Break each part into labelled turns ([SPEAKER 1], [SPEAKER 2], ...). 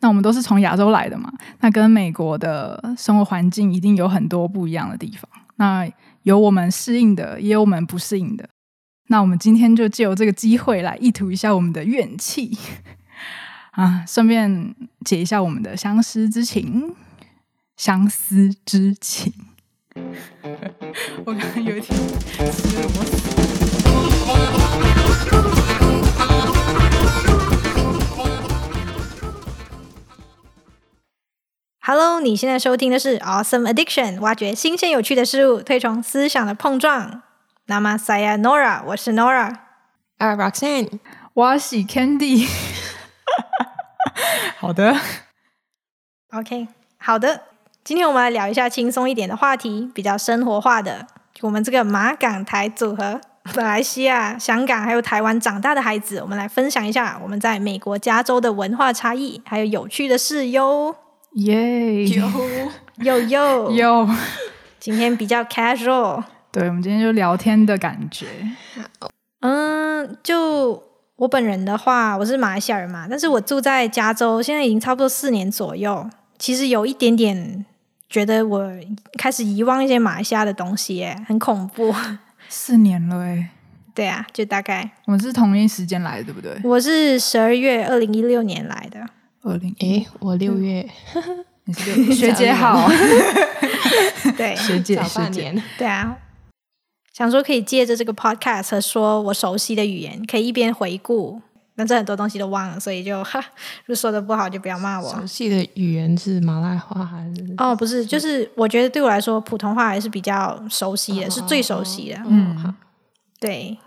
[SPEAKER 1] 那我们都是从亚洲来的嘛，那跟美国的生活环境一定有很多不一样的地方。那有我们适应的，也有我们不适应的。那我们今天就借由这个机会来意图一下我们的怨气 啊，顺便解一下我们的相思之情，相思之情。 我刚刚有一点失落。
[SPEAKER 2] Hello，你现在收听的是 Awesome Addiction，挖掘新鲜有趣的事物，推崇思想的碰撞。Namaste Nora，我是 Nora。
[SPEAKER 3] 啊，Roxanne，
[SPEAKER 1] 我是 Candy。好的，
[SPEAKER 2] OK，好的，今天我们来聊一下轻松一点的话题，比较生活化的。我们这个马港台组合，马来西亚、香港还有台湾长大的孩子，我们来分享一下我们在美国加州的文化差异，还有有趣的事哟。
[SPEAKER 1] 耶
[SPEAKER 2] 哟 哟，
[SPEAKER 1] 有，
[SPEAKER 2] 今天比较 casual，
[SPEAKER 1] 对，我们今天就聊天的感觉。
[SPEAKER 2] 嗯，就我本人的话，我是马来西亚人嘛，但是我住在加州，现在已经差不多四年左右。其实有一点点觉得我开始遗忘一些马来西亚的东西耶，很恐怖。
[SPEAKER 1] 四年了哎，
[SPEAKER 2] 对啊，就大概
[SPEAKER 1] 我们是同一时间来的，对不对？
[SPEAKER 2] 我是十二月二零一六年来的，
[SPEAKER 1] 二零一，
[SPEAKER 3] 诶，我六月
[SPEAKER 1] 你是六学 姐好，
[SPEAKER 2] 对
[SPEAKER 1] 学姐
[SPEAKER 3] 早
[SPEAKER 1] 学
[SPEAKER 3] 半
[SPEAKER 1] 姐，
[SPEAKER 3] 年，
[SPEAKER 2] 对啊。想说可以借着这个 podcast 和说我熟悉的语言，可以一边回顾，那这很多东西都忘了，所以就哈，如果说的不好就不要骂我。
[SPEAKER 3] 熟悉的语言是马来话还是？
[SPEAKER 2] 哦，不是，就是我觉得对我来说，普通话还是比较熟悉的，
[SPEAKER 3] 哦
[SPEAKER 2] 是最熟悉的。
[SPEAKER 1] 嗯
[SPEAKER 3] 好
[SPEAKER 2] 对，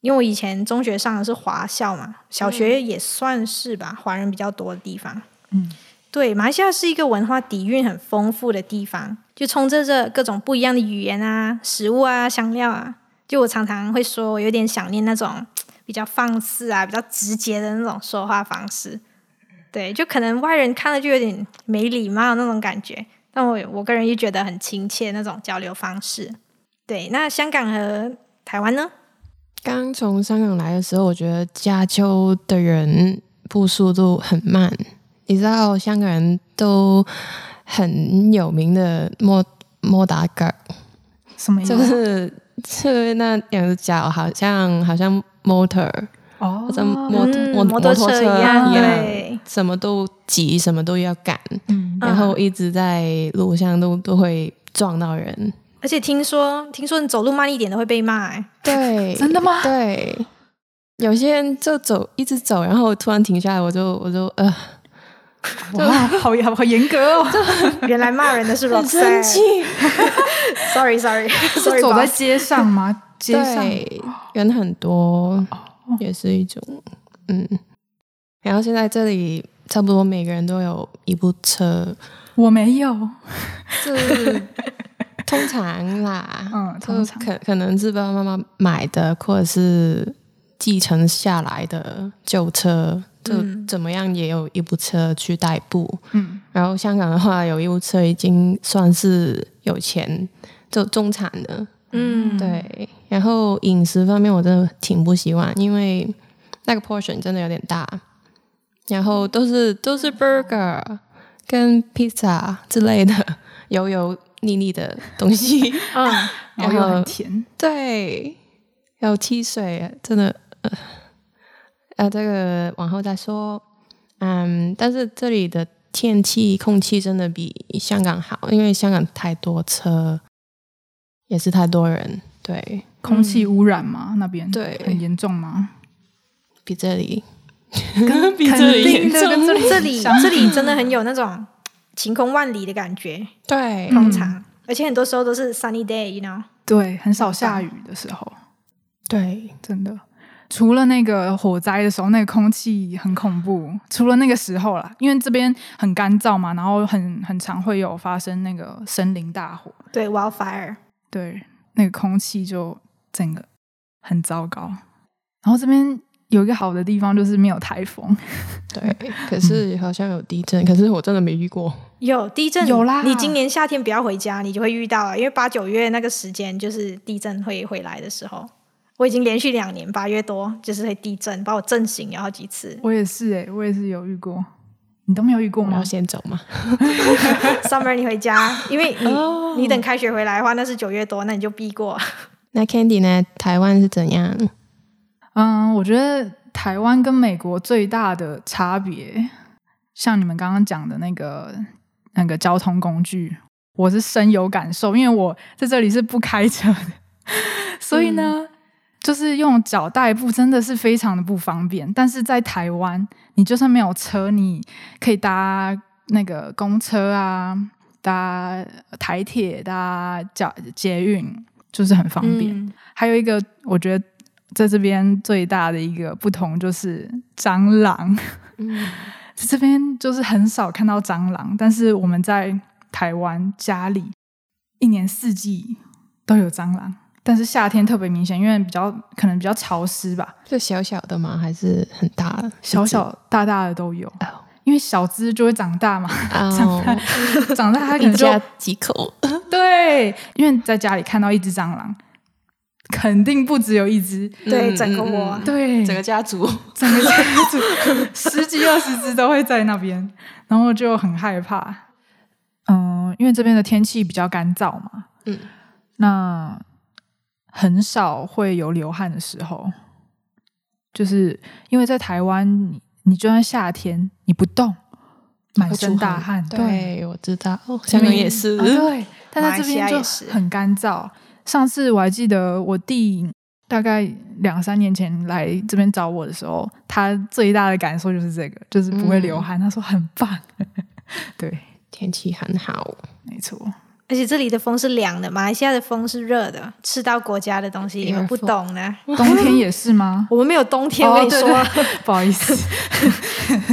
[SPEAKER 2] 因为我以前中学上的是华校嘛，小学也算是吧，华人比较多的地方。
[SPEAKER 1] 嗯，
[SPEAKER 2] 对，马来西亚是一个文化底蕴很丰富的地方，就充斥着各种不一样的语言啊、食物啊、香料啊。就我常常会说，我有点想念那种比较放肆啊、比较直接的那种说话方式。对，就可能外人看了就有点没礼貌那种感觉，但我我个人就觉得很亲切那种交流方式。对，那香港和台湾呢？
[SPEAKER 3] 刚从香港来的时候，我觉得加州的人步速都很慢。你知道香港人都很有名的莫莫打嗝，
[SPEAKER 1] 什么意
[SPEAKER 3] 就
[SPEAKER 1] 思？
[SPEAKER 3] 是就是那两只脚好像好像 motor
[SPEAKER 1] 哦
[SPEAKER 3] 好像摩
[SPEAKER 2] 嗯
[SPEAKER 3] 摩
[SPEAKER 2] 摩托
[SPEAKER 3] 车
[SPEAKER 2] 车一
[SPEAKER 3] 样
[SPEAKER 2] 样，
[SPEAKER 3] 一
[SPEAKER 2] 对，
[SPEAKER 3] 什么都急，什么都要赶，
[SPEAKER 1] 嗯
[SPEAKER 3] 然后一直在路上都都会撞到人。
[SPEAKER 2] 而且听说听说你走路慢一点都会被骂、欸，
[SPEAKER 3] 对，
[SPEAKER 1] 真的吗？
[SPEAKER 3] 对，有些人就走一直走，然后突然停下来，我就我就呃
[SPEAKER 1] 哇，好好好严格 哦，
[SPEAKER 2] 原来骂人的 是
[SPEAKER 3] 很生气
[SPEAKER 2] Roxanne。。Sorry Sorry
[SPEAKER 1] 是
[SPEAKER 2] Sorry，
[SPEAKER 1] 走在
[SPEAKER 2] boss
[SPEAKER 1] 街上 吗？街上
[SPEAKER 3] 对，人很多也是一种嗯。然后现在这里差不多每个人都有一部车，
[SPEAKER 1] 我没有，
[SPEAKER 3] 是
[SPEAKER 2] 嗯
[SPEAKER 3] 通常啦，
[SPEAKER 1] 嗯
[SPEAKER 3] 就
[SPEAKER 1] 通常
[SPEAKER 3] 可可能是爸爸妈妈买的，或者是继承下来的旧车，就
[SPEAKER 2] 嗯
[SPEAKER 3] 怎么样也有一部车去代步。
[SPEAKER 1] 嗯，
[SPEAKER 3] 然后香港的话，有一部车已经算是有钱，就中产的。
[SPEAKER 2] 嗯，
[SPEAKER 3] 对，然后饮食方面我真的挺不喜欢，因为那个 portion 真的有点大，然后都是都
[SPEAKER 1] 嗯
[SPEAKER 3] 是 burger 跟 pizza 之类的 油油腻腻的东西，
[SPEAKER 2] 嗯，
[SPEAKER 1] 然后又很甜，
[SPEAKER 3] 对，还有汽水，真的，呃，呃这个往后再说。嗯，但是这里的天气、空气真的比香港好，因为香港太多车，也是太多人，对，
[SPEAKER 1] 空气污染吗？那边
[SPEAKER 3] 对
[SPEAKER 1] 很严重吗？
[SPEAKER 3] 比这里，
[SPEAKER 1] 跟
[SPEAKER 3] 比这
[SPEAKER 1] 肯定
[SPEAKER 3] 里
[SPEAKER 1] 的
[SPEAKER 3] 严重
[SPEAKER 1] 跟这里
[SPEAKER 2] 这里
[SPEAKER 1] 相
[SPEAKER 2] 这里真的很有那种晴空万里的感觉，
[SPEAKER 3] 对，
[SPEAKER 1] 嗯
[SPEAKER 2] 通常，而且很多时候都是 sunny day，you know。
[SPEAKER 1] 对，很少下雨的时候，
[SPEAKER 3] 对，
[SPEAKER 1] 真的。除了那个火灾的时候，那个空气很恐怖。除了那个时候啦，因为这边很干燥嘛，然后很很常会有发生那个森林大火，
[SPEAKER 2] 对，wildfire，
[SPEAKER 1] 对，那个空气就整个很糟糕。然后这边有一个好的地方就是没有台风，
[SPEAKER 3] 对。可是好像有地震，可是我真的没遇过。
[SPEAKER 2] 有地震
[SPEAKER 1] 有啦
[SPEAKER 2] 你今年夏天不要回家，你就会遇到啊了，因为八九月那个时间就是地震会回来的时候。我已经连续两年八月多就是会地震，把我震醒有好几次。
[SPEAKER 1] 欸我也是哎、我也是有遇过。你都没有遇过
[SPEAKER 3] 我
[SPEAKER 1] 吗
[SPEAKER 3] 要？先走嘛。
[SPEAKER 2] summer 你回 家，因为你、
[SPEAKER 3] 哦
[SPEAKER 2] 你等开学回来的话，那是九月多，那你就避过。
[SPEAKER 3] 那 Candy 呢？台湾是怎样？
[SPEAKER 1] 嗯，我觉得台湾跟美国最大的差别，像你们刚刚讲的那个那个交通工具，我是深有感受，因为我在这里是不开车的， 所以呢，就是用脚代步真的是非常的不方便。但是在台湾，你就算没有车，你可以搭那个公车啊，搭台铁、搭脚捷运，就是很方便。
[SPEAKER 2] 嗯
[SPEAKER 1] 还有一个，我觉得在这边最大的一个不同就是蟑螂，
[SPEAKER 3] 嗯，
[SPEAKER 1] 在 这边就是很少看到蟑螂，但是我们在台湾家里一年四季都有蟑螂，但是夏天特别明显，因为比较可能比较潮湿吧，
[SPEAKER 3] 就小小的吗？还是很大 的？
[SPEAKER 1] 小小大大的都有，因为小只就会长大嘛，
[SPEAKER 3] 哦，
[SPEAKER 1] 长大它可
[SPEAKER 3] 一
[SPEAKER 1] 能 就
[SPEAKER 3] 家几口。
[SPEAKER 1] 对，因为在家里看到一只蟑螂，肯定不只有一只，
[SPEAKER 2] 对，
[SPEAKER 3] 嗯
[SPEAKER 2] 整个我、
[SPEAKER 3] 嗯
[SPEAKER 1] 对，
[SPEAKER 3] 整个家族，
[SPEAKER 1] 整个家族十几二十只都会在那边，然后就很害怕。嗯，因为这边的天气比较干燥嘛，
[SPEAKER 3] 嗯，
[SPEAKER 1] 那很少会有流汗的时候，就是因为在台湾，你你就算夏天你不动，满身大汗，对，
[SPEAKER 3] 对，我知道，哦香港也是
[SPEAKER 1] 啊。对，但
[SPEAKER 2] 马
[SPEAKER 1] 在
[SPEAKER 2] 来
[SPEAKER 1] 这
[SPEAKER 2] 西亚
[SPEAKER 1] 边就
[SPEAKER 2] 也是
[SPEAKER 1] 很干燥。上次我还记得我弟大概两三年前来这边找我的时候，他最大的感受就是这个，就是不会流汗。他说很棒， 对，
[SPEAKER 3] 天气很好，
[SPEAKER 1] 没错，
[SPEAKER 2] 而且这里的风是凉的，马来西亚的风是热的。吃到国家的东西，你们不懂呢。？
[SPEAKER 1] 冬天也是吗
[SPEAKER 2] 我们没有冬天，我
[SPEAKER 1] 哦
[SPEAKER 2] 跟你
[SPEAKER 1] 对
[SPEAKER 2] 说，
[SPEAKER 1] 对不好意思，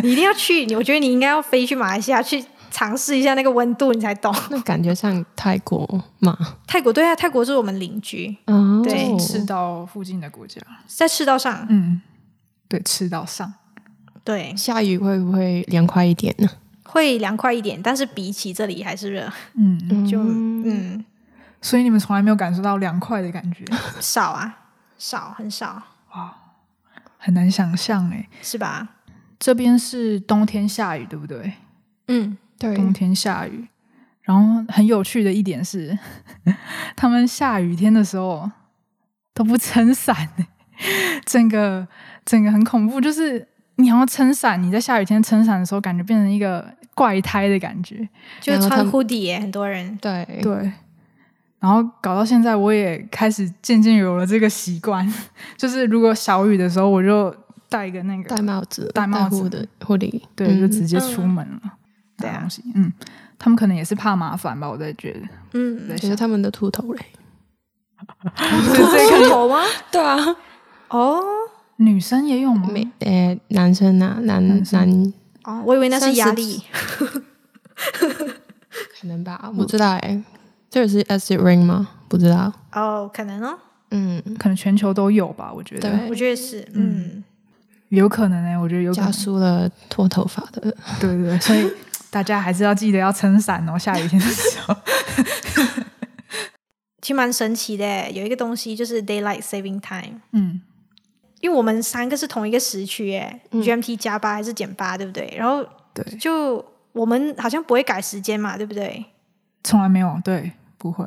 [SPEAKER 2] 你一定要去。我觉得你应该要飞去马来西亚去尝试一下那个温度，你才懂。
[SPEAKER 3] 那感觉像泰国嘛。
[SPEAKER 2] 泰国对啊，泰国是我们邻居，
[SPEAKER 3] 哦，
[SPEAKER 2] 对
[SPEAKER 1] 赤道附近的国家，
[SPEAKER 2] 在赤道上。
[SPEAKER 1] 嗯，对，赤道上，
[SPEAKER 2] 对，
[SPEAKER 3] 下雨会不会凉快一点呢？
[SPEAKER 2] 会凉快一点，但是比起这里还是热，
[SPEAKER 1] 嗯，
[SPEAKER 2] 就
[SPEAKER 3] 嗯
[SPEAKER 2] 嗯
[SPEAKER 1] 所以你们从来没有感受到凉快的感觉，
[SPEAKER 2] 少啊，少很少，
[SPEAKER 1] 很难想象哎。
[SPEAKER 2] 是吧？
[SPEAKER 1] 这边是冬天下雨，对不对？
[SPEAKER 2] 嗯，
[SPEAKER 3] 对
[SPEAKER 1] 冬天下雨。然后很有趣的一点是， 他们下雨天的时候都不撑伞、欸整个整个很恐怖。就是你好像撑伞，你在下雨天撑伞的时候，感觉变成一个怪胎的感觉。
[SPEAKER 2] 就是
[SPEAKER 3] 然后他
[SPEAKER 2] 穿
[SPEAKER 3] 们
[SPEAKER 2] hoodie 耶，很多人
[SPEAKER 3] 对
[SPEAKER 1] 对。然后搞到现在，我也开始渐渐有了这个习惯，就是如果小雨的时候，我就戴个那个
[SPEAKER 3] 戴帽子、
[SPEAKER 1] 戴帽子
[SPEAKER 3] 护的护理，
[SPEAKER 1] 对，
[SPEAKER 3] 嗯
[SPEAKER 1] 就直接出门了。
[SPEAKER 2] 对啊
[SPEAKER 1] 拿东西，嗯，他们可能也是怕麻烦吧，我在觉得。
[SPEAKER 2] 嗯，
[SPEAKER 3] 觉得他们的秃头嘞。
[SPEAKER 2] 秃头吗？
[SPEAKER 3] 对啊，
[SPEAKER 2] 哦
[SPEAKER 1] 女生也有吗？
[SPEAKER 3] 没呃，男生啊，男
[SPEAKER 1] 男生
[SPEAKER 3] 男
[SPEAKER 2] 哦，我以为那是压力，
[SPEAKER 3] 可能
[SPEAKER 1] 啊
[SPEAKER 3] 吧，我不知道哎，这个是 acid rain 吗？不知道，
[SPEAKER 2] 哦，可能哦，
[SPEAKER 3] 嗯，
[SPEAKER 1] 可能全球都有吧，我觉得
[SPEAKER 3] 对
[SPEAKER 2] 我，觉得是，嗯，
[SPEAKER 1] 有可能呢、欸我觉得有可
[SPEAKER 3] 加
[SPEAKER 1] 能，
[SPEAKER 3] 速了脱头发的，
[SPEAKER 1] 对对对， 所以大家还是要记得要撑伞哦，下雨天的时 候。
[SPEAKER 2] 其实蛮神奇的。有一个东西就是 daylight saving time，
[SPEAKER 1] 嗯，
[SPEAKER 2] 因为我们三个是同一个时区，哎、
[SPEAKER 3] 嗯
[SPEAKER 2] g m t 加八还是减八，对不对？然后
[SPEAKER 1] 对，
[SPEAKER 2] 就我们好像不会改时间嘛，对不对？
[SPEAKER 1] 从来没有，对，不会，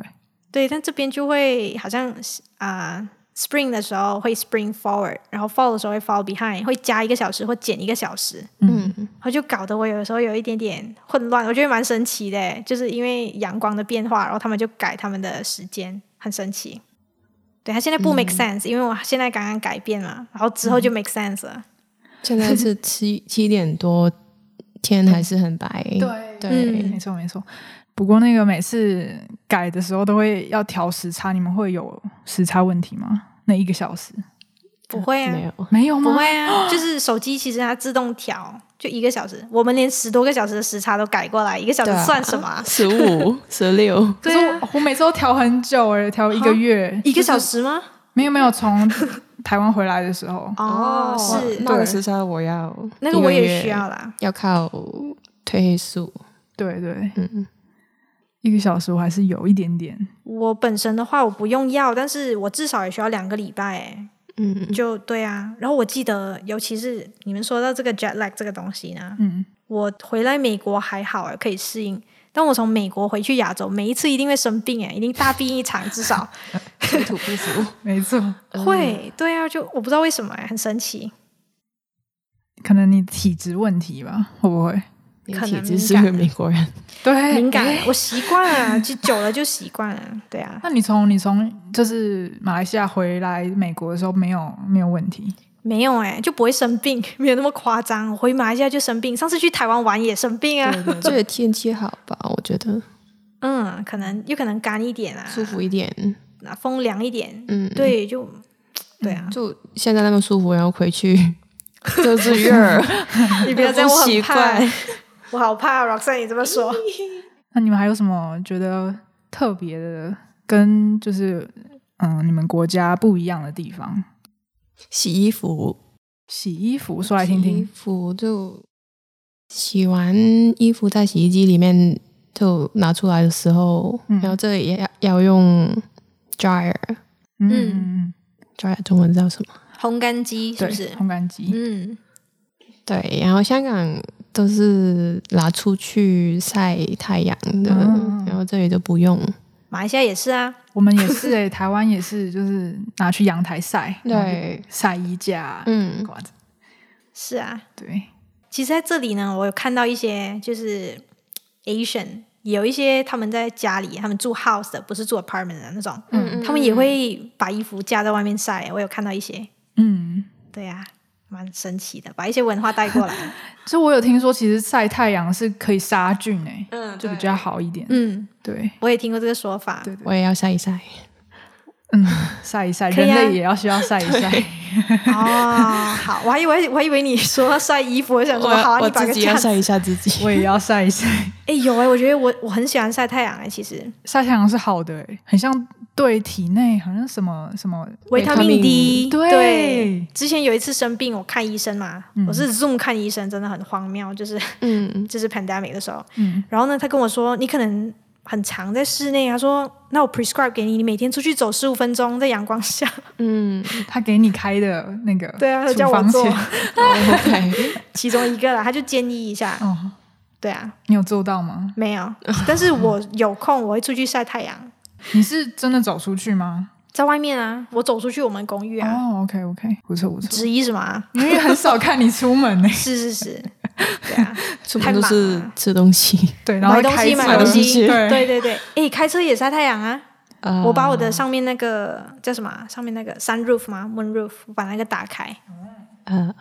[SPEAKER 2] 对，但这边就会好像啊、s p r i n g 的时候会 spring forward，然后 fall 的时候会 fall behind，会加一个小时或减一个小时，
[SPEAKER 1] 嗯，
[SPEAKER 3] 嗯，
[SPEAKER 2] 然后就搞得我有时候有一点点混乱，我觉得蛮神奇的，就是因为阳光的变化，然后他们就改他们的时间，很神奇。对，它现在不 make sense，、因为我现在刚刚改变了，然后之后就 make sense 了。
[SPEAKER 3] 现在 是七七点多，天还是很白，
[SPEAKER 1] 对
[SPEAKER 3] 对，嗯
[SPEAKER 1] 没错没错。不过那个每次改的时候都会要调时差，你们会有时差问题吗？那一个小时
[SPEAKER 2] 不会啊
[SPEAKER 3] 没，有，
[SPEAKER 1] 没有吗？
[SPEAKER 2] 不会啊，就是手机其实它自动调，就一个小时，我们连十多个小时的时差都改过来，一个小时
[SPEAKER 3] 对啊
[SPEAKER 2] 算什么啊、
[SPEAKER 3] 十五、十六，
[SPEAKER 1] 可是我我每次都调很久哎、调一个月，
[SPEAKER 3] 啊
[SPEAKER 2] 一个小时吗？
[SPEAKER 1] 没有没有，从台湾回来的时候，
[SPEAKER 2] 哦，是
[SPEAKER 3] 那个时差我要
[SPEAKER 2] 那个我
[SPEAKER 3] 一月
[SPEAKER 2] 也需要啦。
[SPEAKER 3] 要靠褪黑素，
[SPEAKER 1] 对对，
[SPEAKER 3] 嗯，
[SPEAKER 1] 一个小时我还是有一点点，
[SPEAKER 2] 我本身的话，我不用药，但是我至少也需要两个礼拜哎。
[SPEAKER 3] 嗯，
[SPEAKER 2] 就对啊，然后我记得，尤其是你们说到这个 jet lag 这个东西呢，
[SPEAKER 1] 嗯，
[SPEAKER 2] 我回来美国还好哎，可以适应。但我从美国回去亚洲，每一次一定会生病哎，一定大病一场，至 少
[SPEAKER 3] 水土不服。
[SPEAKER 1] 没错，
[SPEAKER 3] 嗯
[SPEAKER 2] 会。对啊，就我不知道为什么哎，很神奇。
[SPEAKER 1] 可能你体质问题吧，会不会？
[SPEAKER 3] 你
[SPEAKER 2] 可
[SPEAKER 3] 体
[SPEAKER 2] 能
[SPEAKER 3] 质
[SPEAKER 2] 敏
[SPEAKER 3] 是
[SPEAKER 2] 感
[SPEAKER 3] 个美国 人，哎
[SPEAKER 1] 对
[SPEAKER 2] 敏感欸
[SPEAKER 1] 诶，
[SPEAKER 2] 我习惯了，就久了就习惯了。对啊，
[SPEAKER 1] 那你从你从就是马来西亚回来美国的时候，没有没有问题？
[SPEAKER 2] 没有哎、就不会生病，没有那么夸张。我回马来西亚就生病，上次去台湾玩也生病啊。
[SPEAKER 3] 这个天气好吧？我觉得
[SPEAKER 2] 嗯，可能有可能干一点啊，
[SPEAKER 3] 舒服一点。
[SPEAKER 2] 啊，风凉一点。
[SPEAKER 3] 嗯，，
[SPEAKER 2] 对，啊就对啊，
[SPEAKER 3] 就现在那么舒服，然后回去 就是 热，
[SPEAKER 2] 你不要这样，我很
[SPEAKER 3] 习
[SPEAKER 2] 怕
[SPEAKER 3] 惯，
[SPEAKER 2] 我好怕 Roxanne 你这么说。
[SPEAKER 1] 那你们还有什么觉得特别的，跟就是嗯你们国家不一样的地方？
[SPEAKER 3] 洗衣服。
[SPEAKER 1] 洗衣服说来听
[SPEAKER 3] 洗衣
[SPEAKER 1] 听。
[SPEAKER 3] 服就洗完衣服在洗衣机里面就拿出来的时候，
[SPEAKER 1] 嗯
[SPEAKER 3] 然后这里也要要用 dryer，dryer
[SPEAKER 1] 嗯
[SPEAKER 2] 嗯
[SPEAKER 1] 嗯，
[SPEAKER 3] 中文叫什么？
[SPEAKER 2] 烘干机是
[SPEAKER 1] 对
[SPEAKER 2] 不是，？
[SPEAKER 1] 烘干机。
[SPEAKER 2] 嗯，
[SPEAKER 3] 对，然后香港都是拿出去晒太阳的，
[SPEAKER 1] 嗯
[SPEAKER 3] 然后这里就不用。
[SPEAKER 2] 马来西亚也是啊，
[SPEAKER 1] 我们也是诶， 台湾也是，就是拿去阳台晒，
[SPEAKER 3] 对
[SPEAKER 1] 然后就晒衣架，
[SPEAKER 3] 嗯
[SPEAKER 1] 挂着。
[SPEAKER 2] 是啊。
[SPEAKER 1] 对，
[SPEAKER 2] 其实在这里呢，我有看到一些就是 Asian，有一些他们在家里，他们住 house 的，不是住 apartment 的那种，
[SPEAKER 1] 嗯
[SPEAKER 2] 他们也会把衣服架在外面晒。我有看到一些，
[SPEAKER 1] 嗯，
[SPEAKER 2] 对啊，蛮神奇的，把一些文化带过 来。
[SPEAKER 1] 就我有听说，其实晒太阳是可以杀菌诶，
[SPEAKER 2] 嗯
[SPEAKER 1] 就比较好一点。
[SPEAKER 2] 嗯，
[SPEAKER 1] 对
[SPEAKER 2] 我也听过这个说法。
[SPEAKER 1] 对
[SPEAKER 3] 我也要晒一晒。
[SPEAKER 1] 嗯， 晒一晒，
[SPEAKER 2] 可
[SPEAKER 1] 人
[SPEAKER 2] 以啊
[SPEAKER 1] 类也要需要晒一晒。
[SPEAKER 2] 哦，好，我还以为我还以为你说要晒衣服，我想说好、啊，
[SPEAKER 3] 我
[SPEAKER 2] 你把
[SPEAKER 3] 自
[SPEAKER 2] 个
[SPEAKER 3] 己要
[SPEAKER 2] 架子。
[SPEAKER 3] 晒一下自己。
[SPEAKER 1] 我也要晒一晒，
[SPEAKER 2] 哎、有哎、我觉得我我很喜欢晒太阳哎、其实
[SPEAKER 1] 晒太阳是好的、欸，很像对体内好像什么什么
[SPEAKER 2] 维他命 D
[SPEAKER 1] 对
[SPEAKER 2] 之前有一次生病，我看医生嘛，
[SPEAKER 1] 嗯
[SPEAKER 2] 我是 Zoom 看医生，真的很荒谬，就是
[SPEAKER 3] 嗯，
[SPEAKER 2] 就是 pandemic 的时候，
[SPEAKER 1] 嗯
[SPEAKER 2] 然后呢，他跟我说你可能很常在室内，他说那我 prescribe 给你，你每天出去走十五分钟，在阳光下，
[SPEAKER 3] 嗯
[SPEAKER 1] 他给你开的那个
[SPEAKER 2] 对啊，他
[SPEAKER 1] 处
[SPEAKER 2] 叫我
[SPEAKER 1] 方
[SPEAKER 2] 做
[SPEAKER 1] 前
[SPEAKER 3] ，OK，
[SPEAKER 2] 其中一个啦，他就建议一下，
[SPEAKER 1] 哦，
[SPEAKER 2] 对啊，
[SPEAKER 1] 你有做到吗？
[SPEAKER 2] 没有，但是我有空我会出去晒太阳，
[SPEAKER 1] 你是真的走出去吗？
[SPEAKER 2] 在外面啊，我走出去我们公寓啊，
[SPEAKER 1] 哦，OK OK，不错不错，
[SPEAKER 2] 质疑什么、啊？
[SPEAKER 1] 因为很少看你出门欸呢、
[SPEAKER 2] 是是是，对啊，
[SPEAKER 3] 出门都是吃东西。
[SPEAKER 1] 对，然后
[SPEAKER 2] 买东西
[SPEAKER 1] 开车
[SPEAKER 2] 买东
[SPEAKER 3] 出去
[SPEAKER 2] 西，
[SPEAKER 1] 对嗯
[SPEAKER 2] 对 对对，诶，开车也晒太阳啊。
[SPEAKER 3] 啊
[SPEAKER 2] 我把我的上面那个叫什么啊？上面那个 sunroof 吗？moonroof，我把那个打开。
[SPEAKER 3] 呃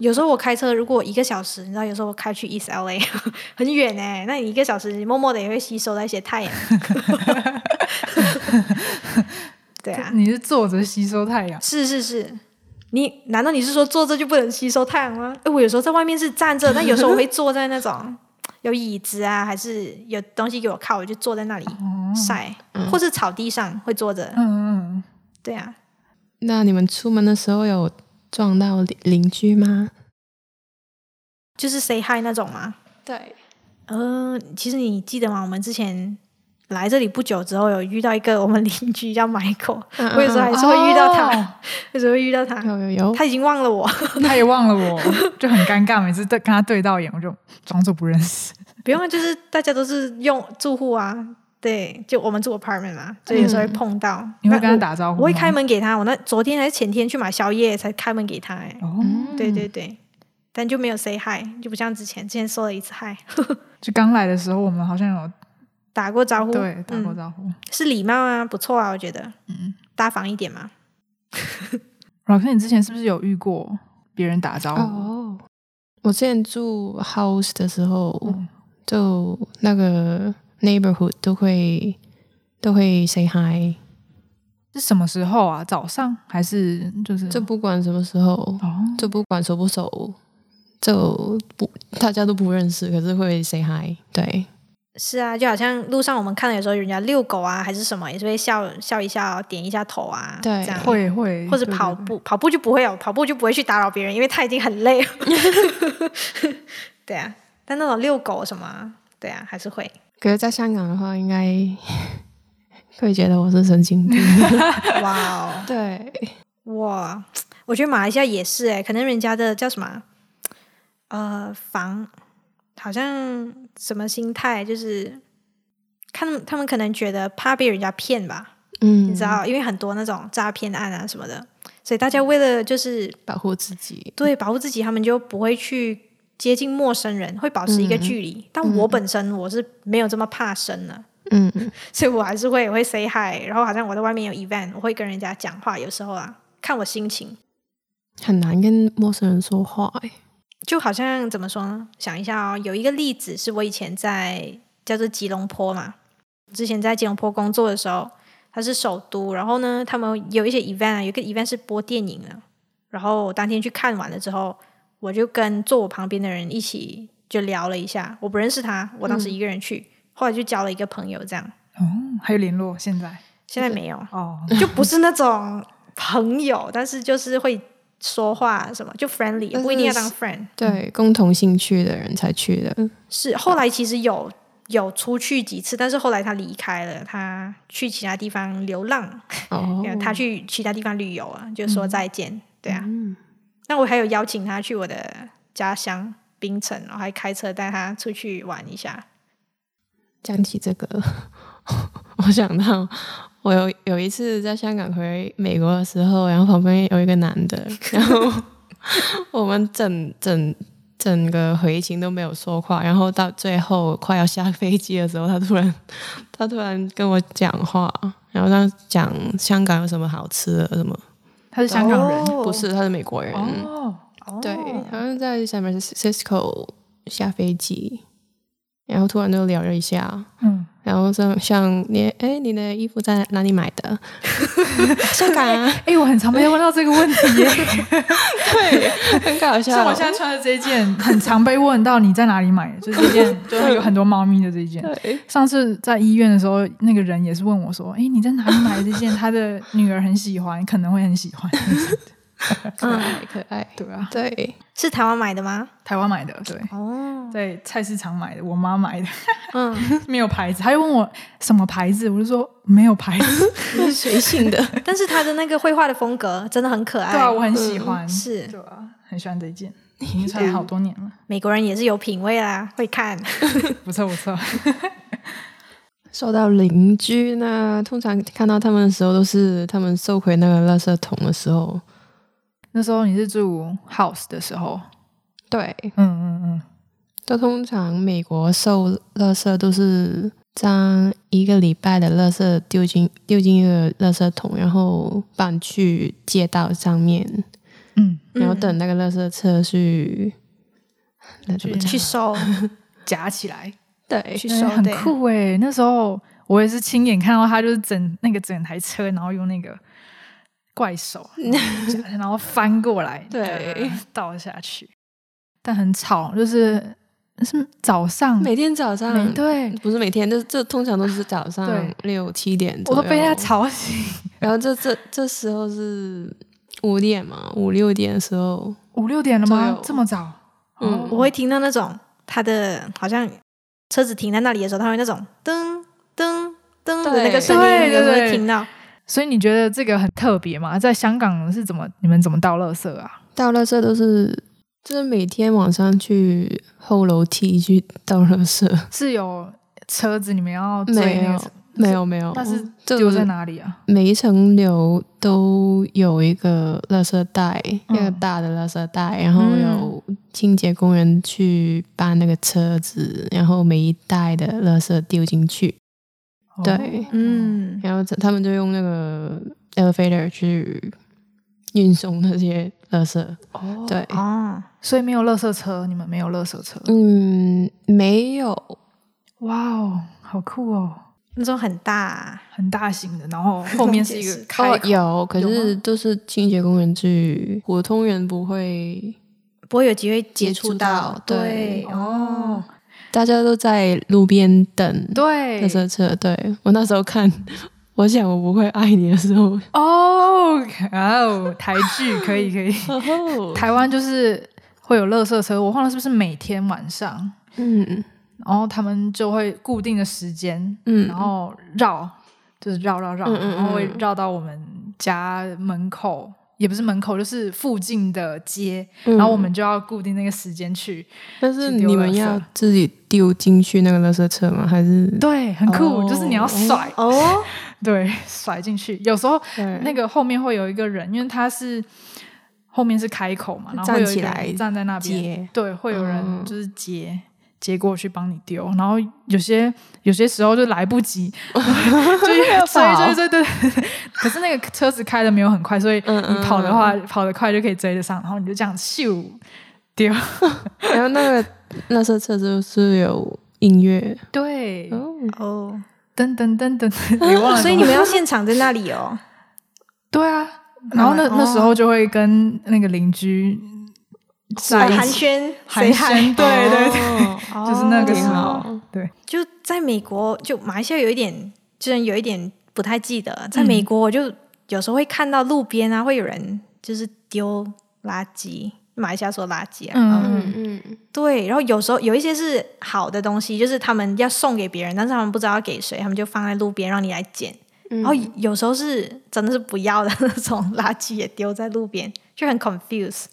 [SPEAKER 2] 有时候我开车，如果一个小时，你知道，有时候我开去 East LA 很远哎、那你一个小时，你默默的也会吸收到一些 太阳。 对啊，
[SPEAKER 1] 你是坐着吸收太阳，
[SPEAKER 2] 是是是，你难道你是说坐着就不能吸收太阳吗？哎，我有时候在外面是站着，但有时候我会坐在那种有椅子啊，还是有东西给我靠，我就坐在那里晒，或是草地上会坐着。
[SPEAKER 1] 嗯嗯，
[SPEAKER 2] 对啊，
[SPEAKER 3] 那你们出门的时候有撞到邻邻居吗？
[SPEAKER 2] 就是 say hi 那种嘛。
[SPEAKER 3] 对，
[SPEAKER 2] 呃，其实你记得吗？我们之前来这里不久之后，有遇到一个我们邻居叫 Michael，我有时候还
[SPEAKER 1] 嗯
[SPEAKER 2] 是会遇到他，
[SPEAKER 1] 哦
[SPEAKER 2] 有时候会遇到他，
[SPEAKER 3] 啊有有有，
[SPEAKER 2] 他已经忘了我。
[SPEAKER 1] 他也忘了我，就很尴尬，每次对跟他对到眼，我就装作不认识。
[SPEAKER 2] 不用啊，就是大家都是用住户啊，对，就我们住 apartment 嘛，所以有时候会碰到。
[SPEAKER 1] 嗯你会
[SPEAKER 2] 那
[SPEAKER 1] 跟他
[SPEAKER 2] 我
[SPEAKER 1] 打招呼吗
[SPEAKER 2] 我会开门给他，我那昨天还是前天去买宵夜才开门给他、哎、
[SPEAKER 1] 哦，
[SPEAKER 2] 对对对，但就没有 say hi，就不像之前，之前说了一次 hi，
[SPEAKER 1] 就刚来的时候，我们好像有
[SPEAKER 2] 打过招呼，
[SPEAKER 1] 对打过
[SPEAKER 2] 嗯，
[SPEAKER 1] 招呼。
[SPEAKER 2] 是礼貌啊，不错啊，我觉得，嗯，大方一点嘛，
[SPEAKER 1] 老师，你之前是不是有遇过别人打招呼？
[SPEAKER 3] 哦，我之前住 house 的时候，
[SPEAKER 1] 嗯
[SPEAKER 3] 就那个 neighborhood 都会都会 say hi，
[SPEAKER 1] 是什么时候啊？早上还是就是
[SPEAKER 3] 就不管什么时候，
[SPEAKER 1] 哦，
[SPEAKER 3] 就不管熟不熟，就不大家都不认识，可是会 say hi。对，
[SPEAKER 2] 是啊，就好像路上我们看到有时候人家遛狗啊，还是什么，也是会笑笑一笑，点一下头啊，
[SPEAKER 3] 对
[SPEAKER 2] 这样
[SPEAKER 1] 会会
[SPEAKER 2] 或者
[SPEAKER 1] 对
[SPEAKER 2] 跑
[SPEAKER 1] 对
[SPEAKER 2] 步，跑步就不会有，跑步就不会去打扰别人，因为他已经很累了。 对啊，但那种遛狗什么啊，对啊，还是会。
[SPEAKER 3] 可是在香港的话，应该 会觉得我是神经病。
[SPEAKER 2] 哇哦，
[SPEAKER 3] 对，
[SPEAKER 2] 哇，欸我觉得马来西亚也是哎、可能人家的叫什么啊，呃，防好像什么心态，就是看他们可能觉得怕被人家骗吧，
[SPEAKER 3] 嗯
[SPEAKER 2] 你知道，因为很多那种诈骗案啊什么的，所以大家为了就是
[SPEAKER 3] 保护自己，
[SPEAKER 2] 对保护自己，他们就不会去接近陌生人，会保持一个距离。但我本身我是没有这么怕生的，
[SPEAKER 3] 嗯，
[SPEAKER 2] 所以我还是会我会 say hi，然后好像我在外面有 event，我会跟人家讲话，有时候啊，看我心情，
[SPEAKER 3] 很难跟陌生人说话、欸，
[SPEAKER 2] 就好像怎么说呢？想一下哦，有一个例子是我以前在叫做吉隆坡嘛，之前在吉隆坡工作的时候，它是首都，然后呢，他们有一些 event 啊，有一个 event 是播电影的，然后我当天去看完了之后，我就跟坐我旁边的人一起就聊了一下，我不认识他，我当时一个人去，
[SPEAKER 3] 嗯
[SPEAKER 2] 后来就交了一个朋友，这样
[SPEAKER 1] 哦，还有联络现在
[SPEAKER 2] 现在没有，
[SPEAKER 1] 哦，
[SPEAKER 2] 就不是那种朋友，但是就是会说话什么，就 friendly，
[SPEAKER 3] 但
[SPEAKER 2] 不一定要
[SPEAKER 3] 是
[SPEAKER 2] 当 friend。
[SPEAKER 3] 对，共同兴趣的人才去的，
[SPEAKER 2] 是后来其实有有出去几次，但是后来他离开了，他去其他地方流浪，
[SPEAKER 3] 哦，
[SPEAKER 2] 他去其他地方旅游啊，就说再见。对啊，
[SPEAKER 3] 嗯
[SPEAKER 2] 那我还有邀请他去我的家乡槟城，然后还开车带他出去玩一下。
[SPEAKER 3] 讲起这个， 我想到我有有一次在香港回美国的时候，然后旁边有一个男 的，然后我们整整整个回程都没有说话，然后到最后快要下飞机的时候，他突然 他突然跟我讲话，然后他讲香港有什么好吃的什么，
[SPEAKER 1] 他是香港人
[SPEAKER 3] 不是他是美国人，
[SPEAKER 1] 哦，
[SPEAKER 2] 哦，
[SPEAKER 3] 对，好像在 San Francisco 下飞机，然后突然就聊了一下，
[SPEAKER 1] 嗯，
[SPEAKER 3] 然后像像你，哎，你的衣服在哪里买 的？香港啊，
[SPEAKER 1] 哎，我很常被问到这个问题耶，
[SPEAKER 3] 对，很搞笑。
[SPEAKER 1] 像我现在穿的这一件，很常被问到你在哪里买的，就这一件，就是有很多猫咪的这一件。
[SPEAKER 3] 对
[SPEAKER 1] 上次在医院的时候，那个人也是问我说：“哎，你在哪里买的这件？他的女儿很喜欢，可能会很喜欢。
[SPEAKER 3] 可爱可爱”，
[SPEAKER 1] 对啊，
[SPEAKER 3] 对，
[SPEAKER 2] 是台湾买的吗？
[SPEAKER 1] 台湾买的，对，
[SPEAKER 2] 哦，
[SPEAKER 1] 在菜市场买的，我妈买的，
[SPEAKER 2] 嗯，
[SPEAKER 1] 没有 牌子。他就问我什么牌子，我就说没有牌子。
[SPEAKER 3] 是随性的，
[SPEAKER 2] 但是他的那个绘画的风格真的很可爱。
[SPEAKER 1] 对啊，我很喜欢，
[SPEAKER 2] 是
[SPEAKER 1] 对啊，很喜欢这一 件，已经穿了好多年了，
[SPEAKER 2] 美国人也是有品味啦，会看。
[SPEAKER 1] 不错不错。
[SPEAKER 3] 说到邻居呢，通常看到他们的时候，都是他们收回那个垃圾桶的时候。
[SPEAKER 1] 那时候你是住 house 的时候，
[SPEAKER 3] 对，
[SPEAKER 1] 嗯嗯嗯，
[SPEAKER 3] 都通常美国收垃圾都是将一个礼拜的垃圾丢进丢进一个垃圾桶，然后搬去街道上面，
[SPEAKER 1] 嗯，
[SPEAKER 2] 嗯
[SPEAKER 3] 然后等那个垃圾车去，那怎么讲？
[SPEAKER 2] 嗯去收，
[SPEAKER 1] 夹起来，
[SPEAKER 3] 对
[SPEAKER 2] 去
[SPEAKER 1] 对
[SPEAKER 2] 收，
[SPEAKER 1] 很
[SPEAKER 2] 对
[SPEAKER 1] 酷哎、那时候我也是亲眼看到他，就是整那个整台车，然后用那个怪手，啊 然后翻过来，呃
[SPEAKER 3] 对，
[SPEAKER 1] 倒下去，但很吵，就是是早上
[SPEAKER 3] 每天早
[SPEAKER 1] 没
[SPEAKER 3] 上，嗯
[SPEAKER 1] 对，
[SPEAKER 3] 不是每天，这这通常都是早上
[SPEAKER 1] 对
[SPEAKER 3] 六七点
[SPEAKER 1] 我
[SPEAKER 3] 左右，
[SPEAKER 1] 都被他。吵醒。
[SPEAKER 3] 然后这这这时候是五点嘛，五六点的时候，
[SPEAKER 1] 五六点了
[SPEAKER 3] 左
[SPEAKER 1] 吗
[SPEAKER 3] 右？
[SPEAKER 1] 这么早？
[SPEAKER 3] 嗯
[SPEAKER 1] 哦
[SPEAKER 2] 我会听到那种他的好像车子停在那里的时候，他会那种噔噔噔的那个声
[SPEAKER 1] 对
[SPEAKER 2] 音，
[SPEAKER 1] 对
[SPEAKER 2] 有时候会
[SPEAKER 1] 对
[SPEAKER 2] 听到。
[SPEAKER 1] 所以你觉得这个很特别吗？在香港是怎么你们怎么倒垃圾啊？
[SPEAKER 3] 倒垃圾都是，就是每天晚上去后楼梯去倒垃 圾。
[SPEAKER 1] 是有车子你们要追
[SPEAKER 3] 没
[SPEAKER 1] 那
[SPEAKER 3] 有
[SPEAKER 1] 个车，，
[SPEAKER 3] 没有，没有。
[SPEAKER 1] 那是
[SPEAKER 3] 这
[SPEAKER 1] 丢
[SPEAKER 3] 个
[SPEAKER 1] 在哪里啊？
[SPEAKER 3] 每一层楼都有一个垃圾袋，
[SPEAKER 1] 嗯
[SPEAKER 3] 一个大的垃圾袋，然后有清洁工人去搬那个车子，然后每一袋的垃圾丢进去，
[SPEAKER 1] 哦
[SPEAKER 3] 对，
[SPEAKER 2] 嗯，
[SPEAKER 3] 然后这他们就用那个 elevator 去运送那些垃圾。
[SPEAKER 1] 哦，
[SPEAKER 3] 对，
[SPEAKER 2] 哦，
[SPEAKER 1] 所以没有垃圾车，你们没有垃圾车。
[SPEAKER 3] 嗯，没有，
[SPEAKER 1] 哇哦，好酷哦，
[SPEAKER 2] 那种很大，
[SPEAKER 1] 很大型的，然后后面是 一个开
[SPEAKER 3] 哦，
[SPEAKER 1] 口
[SPEAKER 3] 有，可
[SPEAKER 1] 有
[SPEAKER 3] 是
[SPEAKER 1] 吗
[SPEAKER 3] 都是清洁工人去，普通人不会。
[SPEAKER 2] 不会有机会接
[SPEAKER 3] 接
[SPEAKER 2] 触
[SPEAKER 3] 触
[SPEAKER 2] 到
[SPEAKER 3] 到。
[SPEAKER 2] 对
[SPEAKER 3] 对，
[SPEAKER 1] 哦，
[SPEAKER 3] 大家都在路边等
[SPEAKER 1] 对
[SPEAKER 3] 垃，圾车。对我那时候看，我想我不会爱你的时候，
[SPEAKER 1] 哦哦，台剧可以可 以，台湾就是会有垃圾车，我忘了是不是每天晚上，
[SPEAKER 3] 嗯
[SPEAKER 1] 然后他们就会固定的时间，
[SPEAKER 3] 嗯
[SPEAKER 1] 然后绕，就是绕绕绕，
[SPEAKER 3] 嗯嗯嗯
[SPEAKER 1] 然后会绕到我们家门口也不是门口，就是附近的街，
[SPEAKER 3] 嗯
[SPEAKER 1] 然后我们就要固定那个时间去。
[SPEAKER 3] 但是
[SPEAKER 1] 去丢
[SPEAKER 3] 你们
[SPEAKER 1] 垃圾
[SPEAKER 3] 要自己丢进去那个垃圾车吗？还是
[SPEAKER 1] 对，很酷，
[SPEAKER 3] 哦
[SPEAKER 1] 就是你要甩，
[SPEAKER 2] 哦，
[SPEAKER 1] 对， 甩进去。有时候那
[SPEAKER 3] 那
[SPEAKER 1] 个后面会有一个人，因为他是后面是开口嘛，然后会
[SPEAKER 3] 站
[SPEAKER 1] 有一
[SPEAKER 3] 起
[SPEAKER 1] 个人
[SPEAKER 3] 来
[SPEAKER 1] 站在那边，
[SPEAKER 3] 接？
[SPEAKER 1] 对，会有人
[SPEAKER 3] 嗯
[SPEAKER 1] 就是接。接过去帮你丢，然后有些有些时候就来不 及，就是追追追对。 可是那个车子开的没有很快，所以
[SPEAKER 3] 嗯
[SPEAKER 1] 你
[SPEAKER 3] 嗯
[SPEAKER 1] 跑的话，跑得快就可以追得上，然后你就这样咻
[SPEAKER 3] 哦
[SPEAKER 1] 丢。
[SPEAKER 3] 然后那个垃圾车就是有音乐
[SPEAKER 1] 对，
[SPEAKER 3] 哦，
[SPEAKER 2] 哦，
[SPEAKER 1] 噔噔噔噔， 你忘了
[SPEAKER 2] 所以你们要现场在那里哦，
[SPEAKER 1] 对啊，然后那、
[SPEAKER 2] 哦
[SPEAKER 1] 那时候就会跟那个邻居在
[SPEAKER 3] 啊
[SPEAKER 1] 一
[SPEAKER 2] 寒
[SPEAKER 1] 起
[SPEAKER 2] 暄，
[SPEAKER 1] 寒
[SPEAKER 2] 谁
[SPEAKER 1] 暄，对对对，
[SPEAKER 3] 对，
[SPEAKER 1] 就是那个时
[SPEAKER 2] 哦
[SPEAKER 3] 挺
[SPEAKER 1] 候，
[SPEAKER 3] 好。
[SPEAKER 2] 就在美国，就马来西亚有一点，虽然有一点不太记得，在美国我就有时候会看到路边啊，会有人就是丢垃圾，马来西亚说垃圾啊，
[SPEAKER 1] 嗯
[SPEAKER 3] 嗯嗯，
[SPEAKER 2] 对，然后有时候有一些是好的东西，就是他们要送给别人，但是他们不知道要给谁，他们就放在路边让你来捡。
[SPEAKER 3] 然
[SPEAKER 2] 然后有时候是真的是不要的那种垃圾也丢在路边，就很 confuse，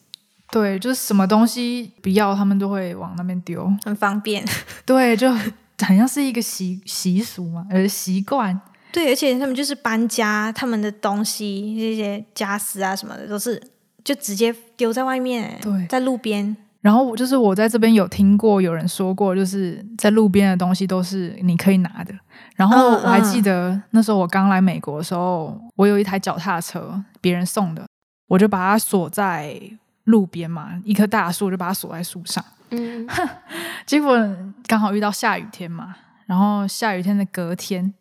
[SPEAKER 1] 对，就是什么东西不要，他们都会往那边丢，
[SPEAKER 2] 很方便。
[SPEAKER 1] 对，就 很像是一个习习俗嘛，呃，习惯，
[SPEAKER 2] 对，而且他们就是搬家，他们的东西这些家私啊什么的都是就直接丢在外面，
[SPEAKER 1] 对
[SPEAKER 2] 在路边。
[SPEAKER 1] 然后我就是我在这边有听过有人说过，就是在路边的东西都是你可以拿的。然后
[SPEAKER 2] 嗯
[SPEAKER 1] 我还
[SPEAKER 2] 嗯
[SPEAKER 1] 记得那时候我刚来美国的时候，我有一台脚踏车，别人送的，我就把它锁在路边嘛，一棵大树我就把它锁在树上。
[SPEAKER 3] 嗯
[SPEAKER 1] 结果刚好遇到下雨天嘛，然后下雨天的隔天，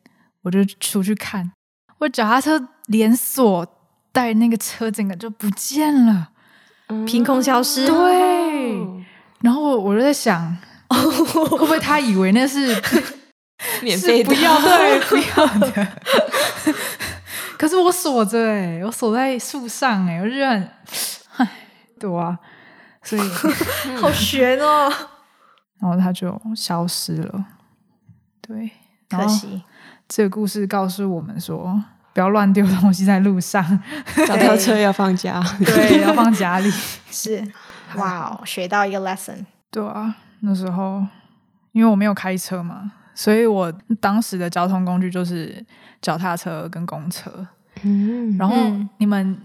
[SPEAKER 1] 我就出去看，我脚踏车连锁带那个车整个就不见了。
[SPEAKER 2] 凭空消失
[SPEAKER 1] 嗯对哦然后我我就在想，会不会他以为那是
[SPEAKER 3] 免
[SPEAKER 1] 是
[SPEAKER 3] 费
[SPEAKER 1] 不
[SPEAKER 3] 的
[SPEAKER 1] 要对不要的？ 可是我锁着哎、我锁在树上哎、我就觉得很，唉，对啊，所以
[SPEAKER 2] 好悬 哦，
[SPEAKER 1] 然后他就消失了，对，然
[SPEAKER 2] 可
[SPEAKER 1] 后
[SPEAKER 2] 惜。
[SPEAKER 1] 这个故事告诉我们说，不要乱丢东西在路上，
[SPEAKER 3] 脚踏车要放假，
[SPEAKER 1] 对，要放家里。
[SPEAKER 2] 是，哇哦，学到一个 lesson。
[SPEAKER 1] 对啊，那时候因为我没有开车嘛，所以我当时的交通工具就是脚踏车跟公车。
[SPEAKER 3] 嗯，
[SPEAKER 1] 然后
[SPEAKER 2] 嗯
[SPEAKER 1] 你们、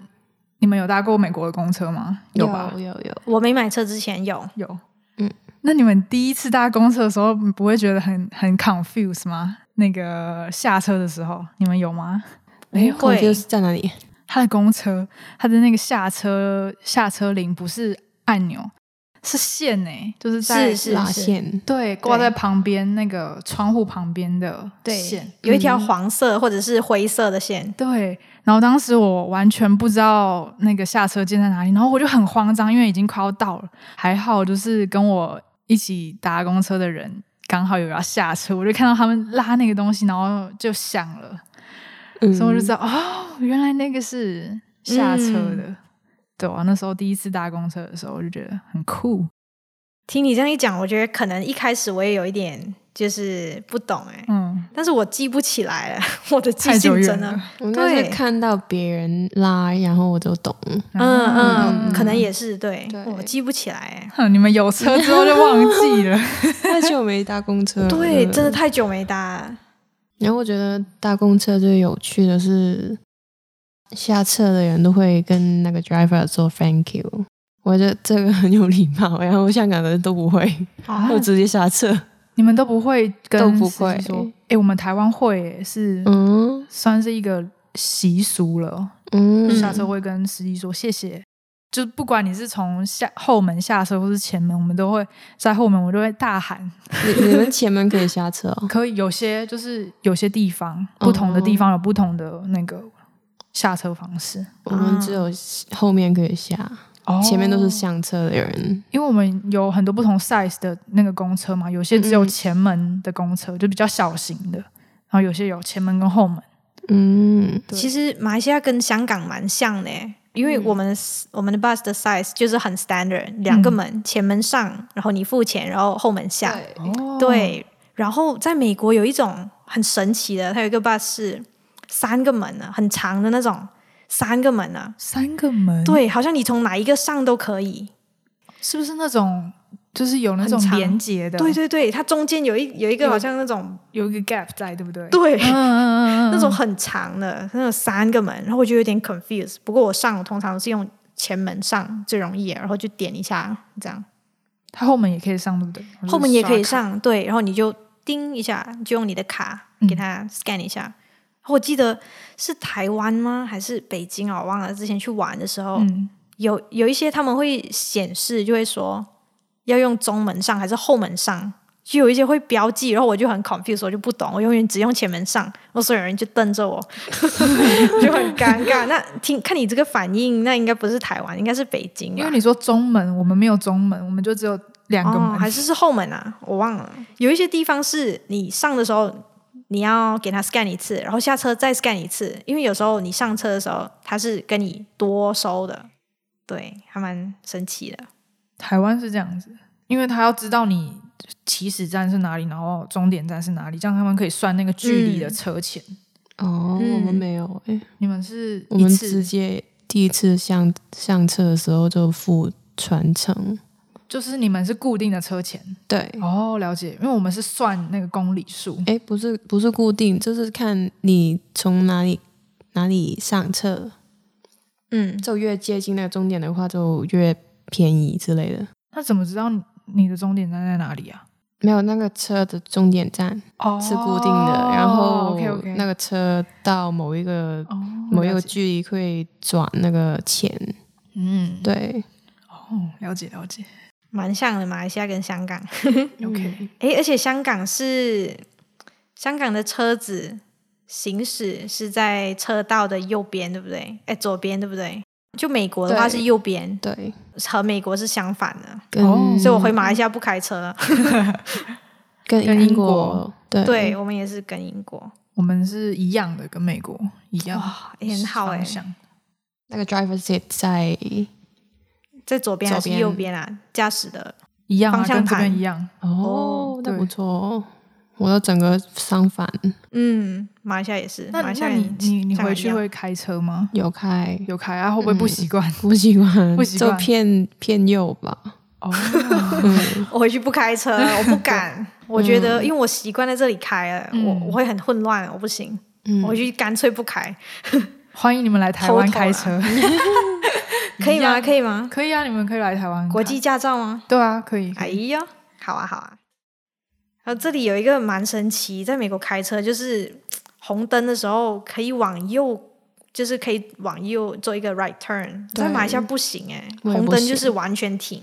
[SPEAKER 1] 你们有搭过美国的公车吗？吧
[SPEAKER 3] 有？有有，
[SPEAKER 2] 我没买车之前有，
[SPEAKER 1] 有。
[SPEAKER 3] 嗯，
[SPEAKER 1] 那你们第一次搭公车的时候，不会觉得很很 confuse 吗？那个下车的时候，你们有吗？
[SPEAKER 3] 哎，
[SPEAKER 2] 会
[SPEAKER 3] 就是在哪里？
[SPEAKER 1] 他的公车，他的那个下车下车铃不是按钮，是线诶、就是在
[SPEAKER 2] 是是
[SPEAKER 3] 拉线，
[SPEAKER 1] 对挂在
[SPEAKER 2] 对
[SPEAKER 1] 旁边那个窗户旁边的线嗯
[SPEAKER 2] 对，，有一条黄色或者是灰色的线，
[SPEAKER 1] 对。然后当时我完全不知道那个下车键在哪里，然后我就很慌张，因为已经快要到了。还好就是跟我一起搭公车的人刚好有要下车，我就看到他们拉那个东西，然后就响了，
[SPEAKER 3] 嗯
[SPEAKER 1] 所以我就知道哦，原来那个是下车
[SPEAKER 2] 嗯
[SPEAKER 1] 的。对啊，那时候第一次搭公车的时候，我就觉得很酷。
[SPEAKER 2] 听你这样一讲，我觉得可能一开始我也有一点就是不懂哎、
[SPEAKER 1] 嗯，
[SPEAKER 2] 但是我记不起来了， 我的记
[SPEAKER 1] 太久
[SPEAKER 2] 性
[SPEAKER 1] 远
[SPEAKER 2] 真的
[SPEAKER 1] 了，
[SPEAKER 3] 我应该
[SPEAKER 2] 对
[SPEAKER 3] 是看到别人拉，然后我就懂。
[SPEAKER 2] 嗯嗯，
[SPEAKER 3] 嗯
[SPEAKER 2] 可能也是对，
[SPEAKER 3] 对
[SPEAKER 2] 我记不起来、哎
[SPEAKER 1] 哼，你们有车之后就忘记 了。
[SPEAKER 3] 太久没搭公车
[SPEAKER 2] 欸。
[SPEAKER 3] 了，
[SPEAKER 2] 对，真
[SPEAKER 3] 的。
[SPEAKER 2] 的太久没搭了。
[SPEAKER 3] 然后我觉得搭公车最有趣的是，下车的人都会跟那个 driver 说 thank you。我觉得这个很有礼貌，然后香港的人都不会，
[SPEAKER 1] 啊
[SPEAKER 3] 就直接下车。
[SPEAKER 1] 你们都不会跟
[SPEAKER 3] 都不
[SPEAKER 1] 司机
[SPEAKER 3] 会
[SPEAKER 1] 说，哎、我们台湾会耶是、
[SPEAKER 3] 嗯
[SPEAKER 1] 算是一个习俗了，
[SPEAKER 3] 嗯，
[SPEAKER 1] 下车会跟司机说谢谢。就不管你是从下后门下车或是前门，我们都会在后门，我就会大喊。
[SPEAKER 3] 你你们前门可以下车哦。
[SPEAKER 1] 可以有些就是有些地方，不同的地
[SPEAKER 3] 嗯
[SPEAKER 1] 方有不同的那个下车方式。
[SPEAKER 3] 我们只有后面可以下，
[SPEAKER 1] 哦
[SPEAKER 3] 前面都是上车的人。
[SPEAKER 1] 因为我们有很多不同 size 的那个公车嘛，有些只有
[SPEAKER 3] 嗯嗯
[SPEAKER 1] 前门的公车，就比较小型的，然后有些有前门跟后门。
[SPEAKER 3] 嗯，
[SPEAKER 1] 对
[SPEAKER 2] 其实马来西亚跟香港蛮像的欸，因为我们的、我们的 bus 的 size 就是很 standard，两个门，前门上，然后你付钱，然后后门下。
[SPEAKER 1] 哦
[SPEAKER 2] 对，然后在美国有一种很神奇的，它有一个 bus 啊是三个门的，很长的那种，三个门啊，
[SPEAKER 1] 三个门，，
[SPEAKER 2] 对，好像你从哪一个上都可以。
[SPEAKER 1] 是不是那种就是有那
[SPEAKER 2] 很
[SPEAKER 1] 种
[SPEAKER 2] 长
[SPEAKER 1] 连接的，
[SPEAKER 2] 对，对对，它中间有一有一个
[SPEAKER 1] 有
[SPEAKER 2] 好像那种
[SPEAKER 1] 有一个 gap 在，对不对？
[SPEAKER 2] 对、
[SPEAKER 1] 嗯，嗯嗯嗯嗯，
[SPEAKER 2] 那种很长的，那有三个门，然后我就有点 confused。不过我上我通常是用前门上最容易，然后就点一下这样，嗯
[SPEAKER 1] 它后门也可以上，对不对？
[SPEAKER 2] 后门也可以
[SPEAKER 1] 刷卡，
[SPEAKER 2] 上，对，然后你就叮一下，就用你的卡
[SPEAKER 1] 嗯
[SPEAKER 2] 给它 scan 一下。我记得是台湾吗？还是北京啊？我忘了。之前去玩的时候，
[SPEAKER 1] 嗯，
[SPEAKER 2] 有有一些他们会显示，就会说要用中门上还是后门上，就有一些会标记，然后我就很 confused，我就不懂，我永远只用前门上，然后所有人就瞪着我， 就很尴 尬。那听看你这个反应，那应该不是台湾，应该是北京吧，
[SPEAKER 1] 因为你说中门，我们没有中门，我们就只有两个
[SPEAKER 2] 哦
[SPEAKER 1] 门，，
[SPEAKER 2] 还是是后门啊，我忘了。有一些地方是你上的时候你要给他 scan 一次，然后下车再 scan 一次，因为有时候你上车的时候他是跟你多收的，对，还蛮神奇的。
[SPEAKER 1] 台湾是这样子，因为他要知道你起始站是哪里，然后终点站是哪里，这样他们可以算那个距离的车钱。
[SPEAKER 3] 哦，
[SPEAKER 2] 嗯
[SPEAKER 3] 我们没有诶、
[SPEAKER 1] 你们是
[SPEAKER 3] 我
[SPEAKER 1] 一
[SPEAKER 3] 们
[SPEAKER 1] 次
[SPEAKER 3] 直接第一次上上车的时候就付全程。
[SPEAKER 1] 就是你们是固定的车钱
[SPEAKER 3] 对，
[SPEAKER 2] 嗯
[SPEAKER 1] 哦，了解，因为我们是算那个公里数，
[SPEAKER 3] 诶，不是不是固定，就是看你从哪里哪里上车，
[SPEAKER 2] 嗯，
[SPEAKER 3] 就越接近那个终点的话，就越便宜之类的。
[SPEAKER 1] 那怎么知道你你的终点站在哪里啊？
[SPEAKER 3] 没有那个车的终点站
[SPEAKER 1] 哦
[SPEAKER 3] 是固定的，然后
[SPEAKER 1] OK OK，
[SPEAKER 3] 那个车到某一个
[SPEAKER 1] 哦，
[SPEAKER 3] 某一个
[SPEAKER 1] 了解
[SPEAKER 3] 距离可以转那个钱。
[SPEAKER 1] 嗯，
[SPEAKER 3] 对
[SPEAKER 1] 哦，了解了解
[SPEAKER 2] 蛮像的，马来西亚跟香港。
[SPEAKER 1] ，OK，
[SPEAKER 2] 诶，而且香港是香港的车子行驶是在车道的右边，对不对？诶，左边，对不对？就美国的话
[SPEAKER 3] 对
[SPEAKER 2] 是右边，
[SPEAKER 3] 对，
[SPEAKER 2] 和美国是相反的，
[SPEAKER 3] 跟、
[SPEAKER 1] 哦
[SPEAKER 2] 所以我回马来西亚不开 车了。
[SPEAKER 3] 跟
[SPEAKER 1] 跟英
[SPEAKER 3] 英
[SPEAKER 1] 国
[SPEAKER 3] 对
[SPEAKER 2] 对我们也是跟英国，
[SPEAKER 1] 我们是一样的，跟美国一样，
[SPEAKER 2] 哇，也很好哎
[SPEAKER 1] 方，向
[SPEAKER 3] 那个 driver seat 在
[SPEAKER 2] 在左边还是
[SPEAKER 3] 左边
[SPEAKER 2] 右边啊？驾驶的，
[SPEAKER 1] 一样啊，
[SPEAKER 2] 方向
[SPEAKER 1] 跟这边
[SPEAKER 2] 盘
[SPEAKER 1] 一样，
[SPEAKER 2] 哦
[SPEAKER 3] 哦，那
[SPEAKER 1] 对
[SPEAKER 3] 不错哦。我的整个相反
[SPEAKER 2] 嗯，马来西亚也是，
[SPEAKER 1] 那
[SPEAKER 2] 马来西
[SPEAKER 1] 那
[SPEAKER 2] 亚
[SPEAKER 1] 你
[SPEAKER 2] 人
[SPEAKER 1] 你你
[SPEAKER 2] 香港
[SPEAKER 1] 回
[SPEAKER 2] 一
[SPEAKER 1] 去
[SPEAKER 2] 样
[SPEAKER 1] 会开车吗？
[SPEAKER 3] 有开，
[SPEAKER 1] 有开啊，会不会不习惯？
[SPEAKER 3] 不习惯，
[SPEAKER 1] 不习惯
[SPEAKER 3] 就偏偏右吧。
[SPEAKER 1] 哦，
[SPEAKER 2] 我回去不开车，我 不敢。我觉
[SPEAKER 3] 嗯
[SPEAKER 2] 得，因为我习惯在这里开了，
[SPEAKER 1] 嗯
[SPEAKER 2] 我我会很混乱，我不行，
[SPEAKER 3] 嗯
[SPEAKER 2] 我
[SPEAKER 1] 哦
[SPEAKER 2] 回去干脆不开，
[SPEAKER 1] 欢迎你们来台湾开车，
[SPEAKER 2] 可以
[SPEAKER 1] 一
[SPEAKER 2] 吗？
[SPEAKER 1] 样
[SPEAKER 2] 可以吗？
[SPEAKER 1] 可以啊，你们可以来台湾开
[SPEAKER 2] 国际驾照吗？
[SPEAKER 1] 对啊，可以。
[SPEAKER 2] 哎呀，好啊，好啊。然后这里有一个蛮神奇，在美国开车就是红灯的时候可以往右，就是可以往右做一个 right turn，
[SPEAKER 3] 对
[SPEAKER 2] 在马来西亚不行哎、
[SPEAKER 3] 我也
[SPEAKER 2] 红
[SPEAKER 3] 不
[SPEAKER 2] 灯
[SPEAKER 3] 行
[SPEAKER 2] 就是完全停。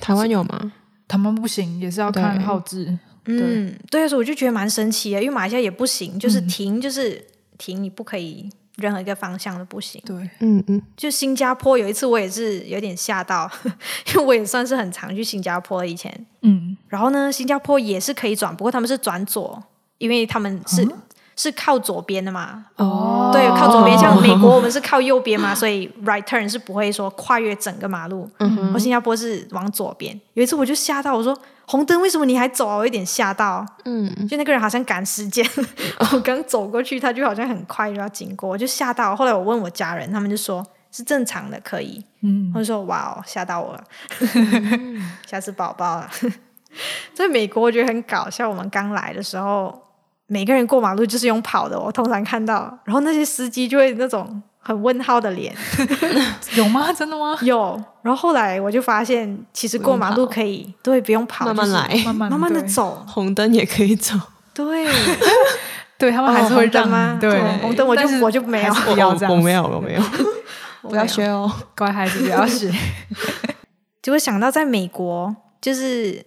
[SPEAKER 3] 台湾有吗？
[SPEAKER 1] 他们不行，也是要看
[SPEAKER 3] 对
[SPEAKER 1] 号志。
[SPEAKER 2] 嗯，对，所以我就觉得蛮神奇的，因为马来西亚也不行，就是停就是停，你不可以任何一个方向都不行。
[SPEAKER 1] 对，
[SPEAKER 3] 嗯嗯，
[SPEAKER 2] 就新加坡有一次我也是有点吓到， 因为我也算是很常去新加坡以前。
[SPEAKER 1] 嗯，
[SPEAKER 2] 然后呢，新加坡也是可以转，不过他们是转左，因为他们是、是靠左边的嘛。
[SPEAKER 1] 哦
[SPEAKER 2] 对，靠左边。像美国我们是靠右边嘛，所以 right turn 是不会说跨越整个马路。
[SPEAKER 3] 嗯哼
[SPEAKER 2] 我新加坡是往左边。有一次我就吓到，我说红灯为什么你还走啊？我有点吓到，
[SPEAKER 3] 嗯，
[SPEAKER 2] 就那个人好像赶时间， 我刚走过去，他就好像很快就要经过，我就吓到。后来我问我家人，他们就说是正常的，可以。
[SPEAKER 1] 嗯
[SPEAKER 2] 我就说哇哦，吓到我了， 吓死宝宝了。在美国，我觉得很搞笑。我们刚来的时候，每个人过马路就是用跑的，我通常看到，然后那些司机就会那种很问号的脸，
[SPEAKER 1] 有吗？真的吗？
[SPEAKER 2] 有。然后后来我就发现，其实过马路可以，对，不用跑，
[SPEAKER 3] 慢慢
[SPEAKER 2] 就是
[SPEAKER 3] 来，
[SPEAKER 1] 慢慢
[SPEAKER 2] 慢慢的
[SPEAKER 1] 对，
[SPEAKER 2] 走，
[SPEAKER 3] 红灯也可以走。
[SPEAKER 2] 对，
[SPEAKER 1] 对他们还是会让
[SPEAKER 2] 哦红灯吗
[SPEAKER 1] 你对
[SPEAKER 2] 哦红灯我就
[SPEAKER 1] 但是
[SPEAKER 2] 我就没有
[SPEAKER 1] 还是 不要这样，
[SPEAKER 3] 哦我没有，我没有，
[SPEAKER 2] 我
[SPEAKER 3] 不要
[SPEAKER 2] 没有
[SPEAKER 3] 学哦。
[SPEAKER 1] 乖孩子不要 学。
[SPEAKER 2] 就会想到在美国，就是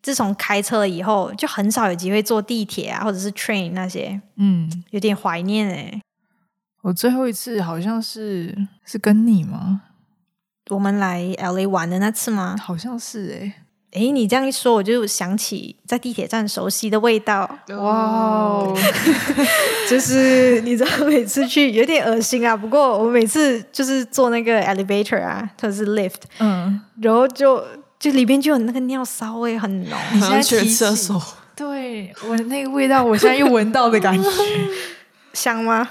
[SPEAKER 2] 自从开车以后，就很少有机会坐地铁啊，或者是 train 那些，
[SPEAKER 1] 嗯，
[SPEAKER 2] 有点怀念哎、
[SPEAKER 1] 我最后一次好像是是跟你吗？
[SPEAKER 2] 我们来 LA 玩的那次吗？
[SPEAKER 1] 好像是哎，
[SPEAKER 2] 诶，你这样一说，我就想起在地铁站熟悉的味道，
[SPEAKER 1] 哇哦，
[SPEAKER 2] 就是你知道每次去 有点恶心啊，不过我每次就是坐那个 elevator 啊，或者是 lift，
[SPEAKER 1] 嗯，
[SPEAKER 2] 然后就就里边就有那个尿骚味很浓，
[SPEAKER 1] 你
[SPEAKER 3] 好
[SPEAKER 1] 现在
[SPEAKER 3] 像去了
[SPEAKER 1] 提起
[SPEAKER 3] 厕所，
[SPEAKER 1] 对我那个味道，我现在又闻到的感觉。
[SPEAKER 2] 香吗？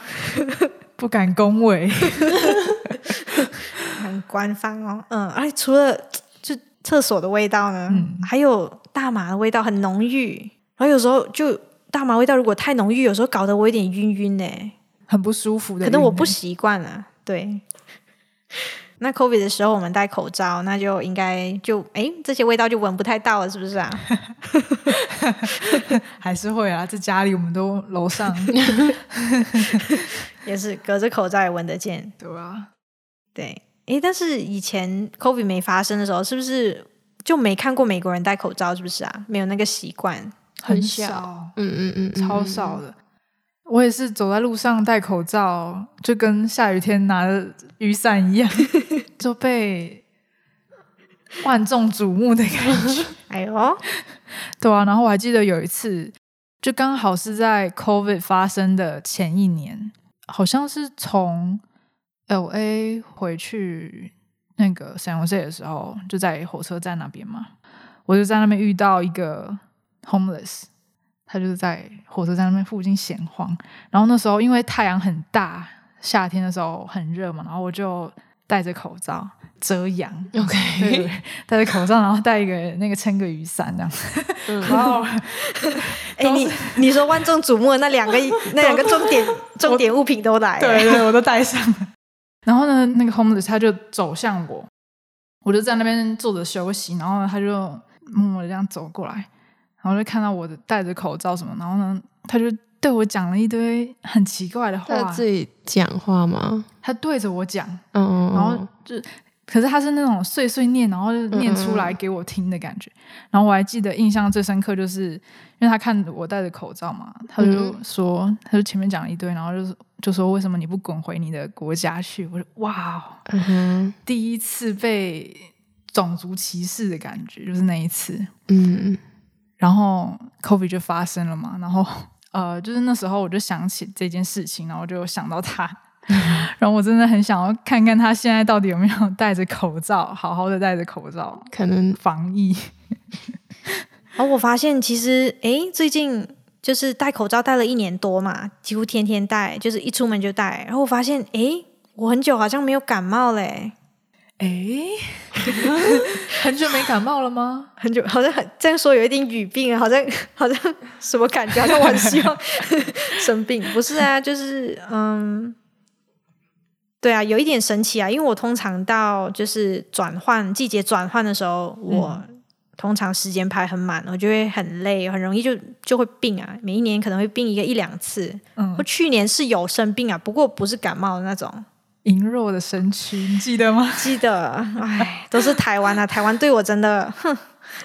[SPEAKER 1] 不敢恭维。
[SPEAKER 2] 很官方哦。嗯，而且除了就厕所的味道呢，还有大麻的味道很浓郁，然后有时候就大麻味道如果太浓郁，有时候搞得我有点晕晕呢、
[SPEAKER 1] 很不舒服的晕
[SPEAKER 2] 可
[SPEAKER 1] 欸，
[SPEAKER 2] 能我不习惯啊。对， 那 COVID 的时候我们戴口罩，那就应该就诶这些味道就闻不太到了，是不是啊？
[SPEAKER 1] 还是会啊，在家里我们都楼 上，
[SPEAKER 2] 也是隔着口罩也闻得见。
[SPEAKER 1] 对啊？
[SPEAKER 2] 对，诶，但是以前 COVID 没发生的时候，是不是就没看过美国人戴口罩？是不是啊？没有那个习惯。
[SPEAKER 1] 很
[SPEAKER 3] 很小
[SPEAKER 1] 少，
[SPEAKER 3] 嗯嗯嗯，嗯
[SPEAKER 1] 超少的。我也是走在路上戴口罩，就跟下雨天拿着雨伞一样， 就被万众瞩目的感觉。
[SPEAKER 2] 哎呦，
[SPEAKER 1] 对啊，然后我还记得有一次，就刚好是在 COVID 发生的前一年，好像是从 LA 回去那个 San Jose 的时候，就在火车站那边嘛，我就在那边遇到一个 homeless，他就是在火车站那边附近闲晃，然后那时候因为太阳很大，夏天的时候很热嘛，然后我就戴着口罩遮阳， 对
[SPEAKER 3] OK，
[SPEAKER 1] 对，戴着口罩，然后带一个那个撑个雨伞这样。 然后
[SPEAKER 2] 哎，你你说万众瞩目的那两个那两个重点重点物品都来了，
[SPEAKER 1] 对对，我都带上了。然后呢，那个 homeless 他就走向我，我就在那边坐着休息，然后呢，他就默默的这样走过来，然后就看到我的戴着口罩什么，然后呢，他就对我讲了一堆很奇怪的
[SPEAKER 3] 他
[SPEAKER 1] 话，
[SPEAKER 3] 自己讲话吗？
[SPEAKER 1] 他对着我讲，
[SPEAKER 3] 嗯嗯，嗯
[SPEAKER 1] 然后就，可是他是那种碎碎念，然后就念出
[SPEAKER 3] 嗯
[SPEAKER 1] 来给我听的感觉。然后我还记得印象最深刻，就是因为他看我戴着口罩嘛，他就
[SPEAKER 3] 嗯
[SPEAKER 1] 说，他就前面讲了一堆，然后就是就说为什么你不滚回你的国家去？我说哇，哦
[SPEAKER 3] 嗯哼
[SPEAKER 1] 第一次被种族歧视的感觉，就是那一次。
[SPEAKER 3] 嗯
[SPEAKER 1] 然后 COVID 就发生了嘛，然后呃，就是那时候我就想起这件事情，然后我就想到 他，然后我真的很想要看看他现在到底有没有 戴着口罩，好好的戴着口罩
[SPEAKER 3] 可能
[SPEAKER 1] 防疫。
[SPEAKER 2] 然后我发现其实，诶，最近就是戴口罩戴了一年多嘛，几乎天天戴，就是一出门就戴。然后我发现，诶，我很久好像没有感冒嘞，
[SPEAKER 1] 哎，很久没感冒了吗？
[SPEAKER 2] 很久好像很这样说有一点语病，啊，好像 好像什么感觉？好像我很希 望生病，不是啊，就是嗯。对啊，有一点神奇啊，因为我通常到就是转换季节转换的时候，我通常时间排很满，我就会很累，很容易就就会病啊。每一年可能会病一个一两次。
[SPEAKER 1] 嗯
[SPEAKER 2] 我，去年是有生病啊，不过不是感冒的那种。
[SPEAKER 1] 羸弱的身躯，你记得吗？
[SPEAKER 2] 记得，哎，都是台湾啊，台湾对我真的，哼，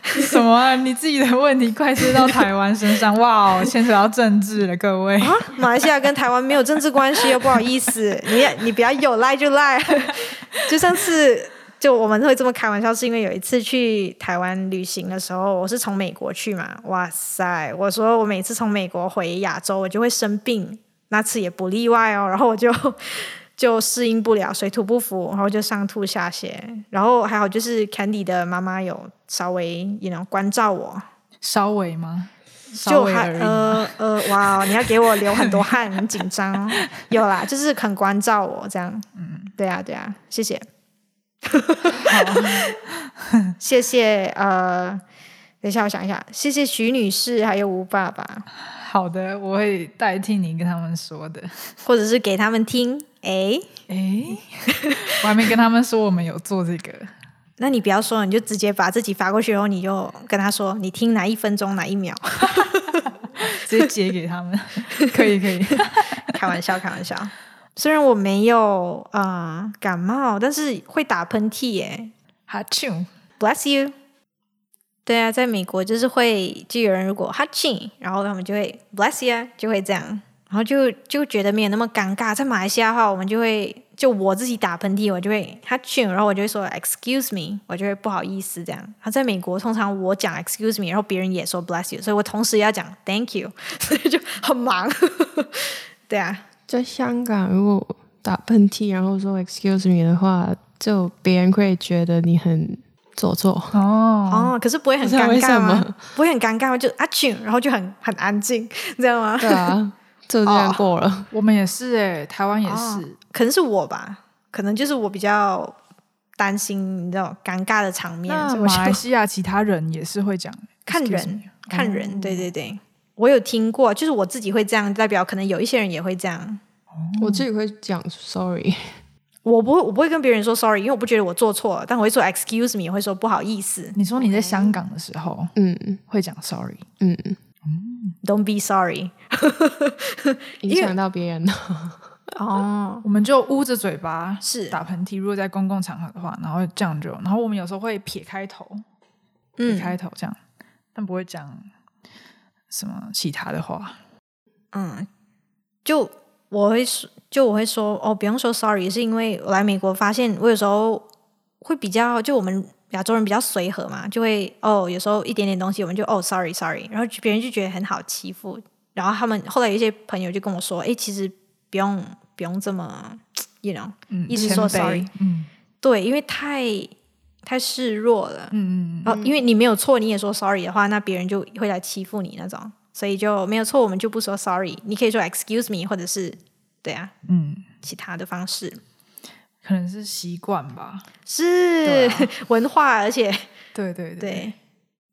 [SPEAKER 1] 什么啊、你自己的问题怪罪到台湾身上？哇哦，牵扯到政治了，各位。
[SPEAKER 2] 啊马来西亚跟台湾没有政治关系哦，不好意思，你也你不要有赖就赖。 就上次，就我们会这么开玩笑，是因为有一次去台湾旅行的时候，我是从美国去嘛，哇塞，我说我每次从美国回亚洲，我就会生病，那次也不例外哦，然后我就 就适应不了，水土不服，然后就上吐下泻，然后还好就是 Candy 的妈妈有稍微也能关照我，
[SPEAKER 1] 稍微吗？稍
[SPEAKER 2] 就
[SPEAKER 1] 微
[SPEAKER 2] 还
[SPEAKER 1] 而已吗。
[SPEAKER 2] 呃 呃，哇哦，你要给我流很多汗，很紧张哦。有啦，就是很关照我这样。嗯，对啊，对啊，谢谢，谢谢。呃，等一下，我想一下，谢谢徐女士还有吴爸爸，
[SPEAKER 1] 好的，我会代替你跟他们说的。
[SPEAKER 2] 或者是给他们听。诶，
[SPEAKER 1] 诶，嗯 我还没跟他们说我们有做这 个。
[SPEAKER 2] 那你不要说，你就直接把自己发过去，然后你就跟他说，你听哪一分钟哪一 秒。
[SPEAKER 1] 直接截给他 们，可以可以。
[SPEAKER 2] 开玩笑，开玩笑。虽然我没有呃感冒，但是会打喷嚏耶。
[SPEAKER 1] 哈啾，
[SPEAKER 2] Bless you。对啊，在美国就是会，就有人如果哈欠，然后他们就会 bless you，就会这样，然后就就觉得没有那么尴尬。在马来西亚的话，我们就会就我自己打喷嚏，我就会哈欠，然后我就会说 excuse me，我就会不好意思这样。然后在美国，通常我讲 excuse me，然后别人也说 bless you，所以我同时也要讲 thank you，所以就很忙。 对啊，
[SPEAKER 3] 在香港，如果打喷嚏然后说 “excuse me” 的话，就别人会觉得你很做作。
[SPEAKER 1] 哦，
[SPEAKER 2] 哦，可是不会很
[SPEAKER 3] 不知道
[SPEAKER 2] 尴
[SPEAKER 3] 为
[SPEAKER 2] 尬
[SPEAKER 3] 什
[SPEAKER 2] 吗
[SPEAKER 3] 么？
[SPEAKER 2] 不会很尴尬吗？就啊啾，然后就很很安静，你知道吗？哦
[SPEAKER 3] 对啊， 就这样过了。
[SPEAKER 1] 我们也是哎、台湾也是，
[SPEAKER 2] 可能是我吧，可能就是我比较担心你知道尴尬的场面，
[SPEAKER 1] 那
[SPEAKER 2] 所以我就
[SPEAKER 1] 马来西亚其他人也是会讲
[SPEAKER 2] 看
[SPEAKER 1] excuse me 哦
[SPEAKER 2] 人看
[SPEAKER 1] 嗯
[SPEAKER 2] 人，对对对，我有听过，就是我自己会这样，代表可能有一些人也会这样。
[SPEAKER 3] 我自己会讲 sorry，
[SPEAKER 2] 我不会，我不会跟别人说 sorry，因为我不觉得我做错了，但我会说 excuse me，我会说不好意思
[SPEAKER 1] 你说你在香港的时
[SPEAKER 2] 哦
[SPEAKER 1] 候
[SPEAKER 3] 嗯
[SPEAKER 1] 会讲 sorry，
[SPEAKER 3] 嗯，嗯
[SPEAKER 2] ，don't be sorry。
[SPEAKER 3] 影响到别人了。
[SPEAKER 2] 哦，
[SPEAKER 1] 我们就捂着嘴巴
[SPEAKER 2] 是
[SPEAKER 1] 打喷嚏。如果在公共场合的话，然后这样就，然后我们有时候会撇开头，撇
[SPEAKER 2] 嗯
[SPEAKER 1] 开头这样，但不会讲什么其他的话。
[SPEAKER 2] 嗯，就我会说，就我会说哦，不用说 sorry，是因为我来美国发现我有时候会比较，就我们亚洲人比较随和嘛，就会哦，有时候一点点东西我们就哦 sorry sorry，然后别人就觉得很好欺负，然后他们后来有一些朋友就跟我说，哎，其实不用不用这么，you know，
[SPEAKER 1] 嗯，
[SPEAKER 2] 一直说
[SPEAKER 1] 谦卑
[SPEAKER 2] sorry
[SPEAKER 1] 嗯
[SPEAKER 2] 对，因为太太示弱了，
[SPEAKER 1] 嗯嗯，
[SPEAKER 2] 哦，因为你没有错，你也说 sorry 的话，那别人就会来欺负你那种，所以就没有错，我们就不说 sorry，你可以说 excuse me，或者是对啊，
[SPEAKER 1] 嗯，
[SPEAKER 2] 其他的方式
[SPEAKER 1] 可能是习惯吧。对
[SPEAKER 2] 是、
[SPEAKER 1] 啊
[SPEAKER 2] 文化，而且
[SPEAKER 1] 对对
[SPEAKER 2] 对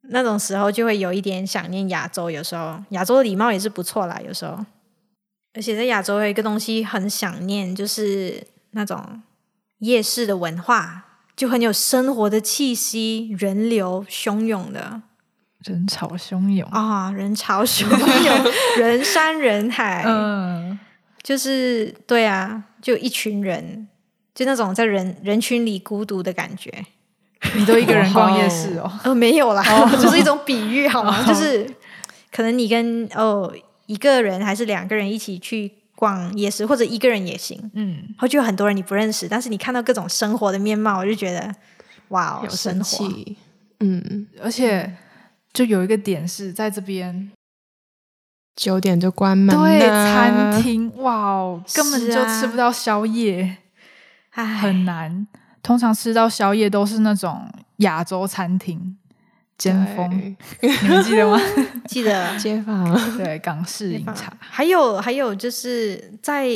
[SPEAKER 2] 那种时候就会有一点想念亚洲，有时候亚洲的礼貌也是不错啦，有时候，而且在亚洲有一个东西很想念，就是那种夜市的文化，就很有生活的气息，人流汹涌的。
[SPEAKER 1] 人潮汹涌。
[SPEAKER 2] 啊、人潮汹 涌，人山人海，
[SPEAKER 1] 嗯，
[SPEAKER 2] 就是对啊，就一群人，就那种在人人群里孤独的感觉。
[SPEAKER 1] 你都一个人逛夜市哦。
[SPEAKER 2] 呃，没有啦， 就是一种比喻好吗？就是可能你跟哦一个人还是两个人一起去逛夜市，或者一个人也行，
[SPEAKER 1] 嗯，
[SPEAKER 2] 然后就有很多人你不认识，但是你看到各种生活的面貌，我就觉得哇哦，
[SPEAKER 3] 有
[SPEAKER 2] 生
[SPEAKER 3] 生
[SPEAKER 2] 活
[SPEAKER 3] 气，嗯，
[SPEAKER 1] 而且就有一个点是在这边，
[SPEAKER 3] 九点就关门啊了，
[SPEAKER 1] 对餐厅，哇哦，根本
[SPEAKER 2] 是
[SPEAKER 1] 就
[SPEAKER 2] 啊哎
[SPEAKER 1] 吃不到宵夜。
[SPEAKER 2] 唉，
[SPEAKER 1] 很难。通常吃到宵夜都是那种亚洲餐厅尖峰， 你们记得吗？
[SPEAKER 2] 记得
[SPEAKER 3] 对街坊，
[SPEAKER 1] 对，港式饮茶。
[SPEAKER 2] 还有还有就是在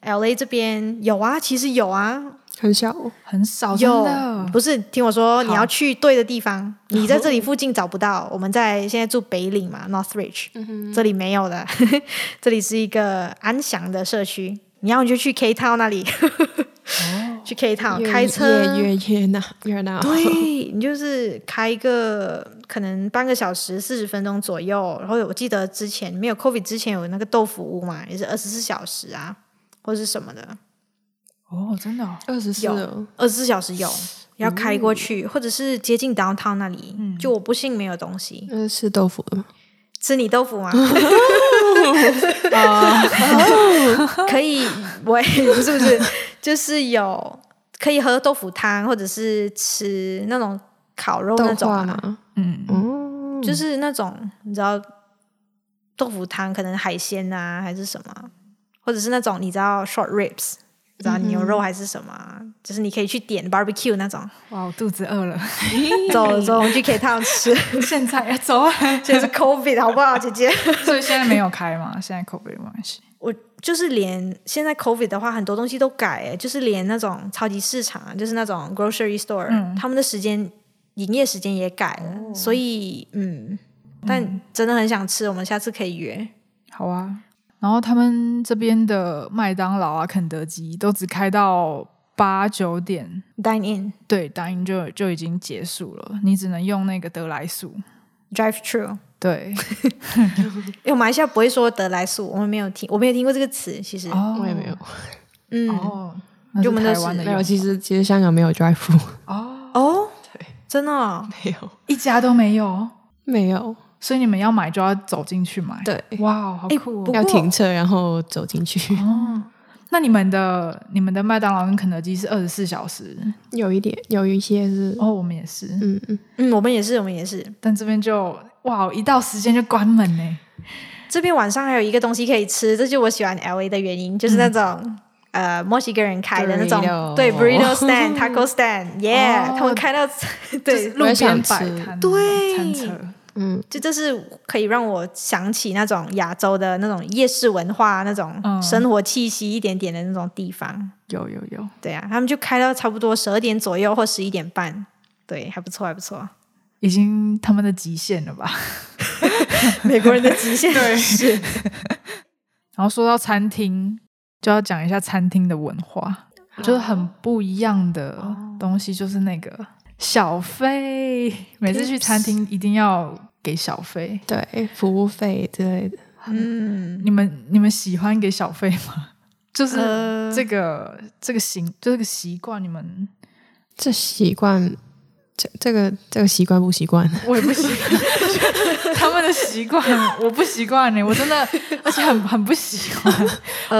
[SPEAKER 2] L A 这边有啊，其实有啊，
[SPEAKER 3] 很小，
[SPEAKER 1] 很少哦真
[SPEAKER 2] 有
[SPEAKER 1] 的。
[SPEAKER 2] 不是听我说，你
[SPEAKER 1] 好
[SPEAKER 2] 要去对的 地方，你在这里附近找不到。我们在现在住北岭嘛，Northridge，、这
[SPEAKER 1] 嗯
[SPEAKER 3] 嗯
[SPEAKER 2] 里没有的， 这里是一个安详的社区。你要你就去 K Town 那里，
[SPEAKER 1] 哦
[SPEAKER 2] 去 K Town
[SPEAKER 3] 越
[SPEAKER 2] 开车
[SPEAKER 3] 越越热闹热 闹，
[SPEAKER 2] 对你就是开一个可能半个小时四十分钟左右，然后我记得之前没有 COVID 之前有那个豆腐屋嘛，也是
[SPEAKER 3] 嗯
[SPEAKER 2] 二十四小时啊，或是什么的，
[SPEAKER 1] 哦，真的、 哦。
[SPEAKER 3] 二十四
[SPEAKER 2] 有
[SPEAKER 3] 哦，
[SPEAKER 2] 二十四小时有要开过去，或者是接近 downtown 那里，
[SPEAKER 3] 嗯
[SPEAKER 2] 就我不信没有东西，
[SPEAKER 3] 那是吃豆腐的吗？
[SPEAKER 2] 吃你豆 腐吗？
[SPEAKER 1] 啊，
[SPEAKER 2] 可以，我不是不是， 就是有可以喝豆腐汤，或者是吃那种烤肉那
[SPEAKER 3] 豆
[SPEAKER 2] 种、
[SPEAKER 3] 花
[SPEAKER 2] 啊，
[SPEAKER 3] 嘛，
[SPEAKER 1] 嗯，
[SPEAKER 3] 嗯，
[SPEAKER 2] 就是那种你知道豆腐汤，可能海鲜啊还是什么，或者是那种你知道 short ribs，你知道牛肉还是什么啊，就是你可以去点 barbecue 那种。
[SPEAKER 1] 哇，我肚子饿 了，
[SPEAKER 2] 走走，我们去 K Town 吃，
[SPEAKER 1] 现在要走啊！
[SPEAKER 2] 这是 COVID 好不好，姐 姐？
[SPEAKER 1] 所以现在没有开嘛，现在口碑关系。
[SPEAKER 2] 我就是连现在 COVID 的话，很多东西都改欸，就是连那种超级市场啊，就是那种 grocery store，、他们的时间营业时间也改了，所以嗯，但真的很想吃，我们下次可以约。
[SPEAKER 1] 好啊。然后他们这边的麦当劳啊、肯德基都只开到八九点，
[SPEAKER 2] Dine in
[SPEAKER 1] 对，打印就就已经结束了，你只能用那个得来速。
[SPEAKER 2] drive through，
[SPEAKER 1] 对，
[SPEAKER 2] 因为马来西亚不会说得来速，我们没有听，我没有听过这个词。其实，
[SPEAKER 1] 哦
[SPEAKER 3] 我也没有，
[SPEAKER 2] 嗯，
[SPEAKER 1] 哦，那是
[SPEAKER 2] 我们都
[SPEAKER 1] 台
[SPEAKER 2] 是
[SPEAKER 1] 湾的
[SPEAKER 3] 没
[SPEAKER 1] 用
[SPEAKER 3] 有。
[SPEAKER 1] 法
[SPEAKER 3] 其实其实香港没有 drive thru，
[SPEAKER 1] 哦，
[SPEAKER 2] 哦，
[SPEAKER 3] 对，
[SPEAKER 2] 真的、哦，
[SPEAKER 3] 没有
[SPEAKER 1] 一家都没有，
[SPEAKER 3] 没有，
[SPEAKER 1] 所以你们要买就要走进去买。，
[SPEAKER 3] 对，
[SPEAKER 1] 哇，好酷
[SPEAKER 2] 哎不
[SPEAKER 1] 哦！
[SPEAKER 2] 过
[SPEAKER 3] 要停车然后走进去，
[SPEAKER 1] 哦，那你们的你们的麦当劳跟肯德基是二十四小时，
[SPEAKER 3] 有一点有一些是，
[SPEAKER 1] 哦，我们也是，
[SPEAKER 3] 嗯嗯，
[SPEAKER 2] 嗯，我们也是，我们也是。
[SPEAKER 1] 但这边就哇，一到时间就关门呢。
[SPEAKER 2] 这边晚上还有一个东西可以吃，这就我喜欢 L A 的原因，就是
[SPEAKER 1] 嗯
[SPEAKER 2] 那种、呃墨西哥人开的那种
[SPEAKER 3] Burrito
[SPEAKER 2] 对 burrito stand、taco stand，耶、yeah,
[SPEAKER 1] 哦
[SPEAKER 2] 他们开到
[SPEAKER 1] 就
[SPEAKER 2] 对、
[SPEAKER 1] 是路边摆
[SPEAKER 3] 我也想
[SPEAKER 1] 摊，
[SPEAKER 2] 对
[SPEAKER 1] 餐车，
[SPEAKER 3] 嗯，
[SPEAKER 2] 就这是可以让我想起那种亚洲的那种夜市文化、那种
[SPEAKER 1] 嗯
[SPEAKER 2] 生活气息一点点的那种地方。
[SPEAKER 1] 有有有，
[SPEAKER 2] 对啊，他们就开到差不多十二点左右或十一点半，对，还不错，还不错。
[SPEAKER 1] 已经他们的极限了吧？
[SPEAKER 2] 美国人的极限
[SPEAKER 1] 对
[SPEAKER 2] 是
[SPEAKER 1] 然后说到餐厅，就要讲一下餐厅的文化，我觉得很不一样的东西就是那个小费，每次去餐厅一定要给小费。
[SPEAKER 3] 对，服务费之类的，
[SPEAKER 2] 嗯，
[SPEAKER 1] 你们你们喜欢给小费吗？ 就是
[SPEAKER 2] 呃
[SPEAKER 1] 这个、这个行这个习惯，你们
[SPEAKER 3] 这习惯，这这个这个习惯不习惯？
[SPEAKER 1] 我也不习惯，他们的习惯我不习惯欸呢、我真的，而且很很不喜欢。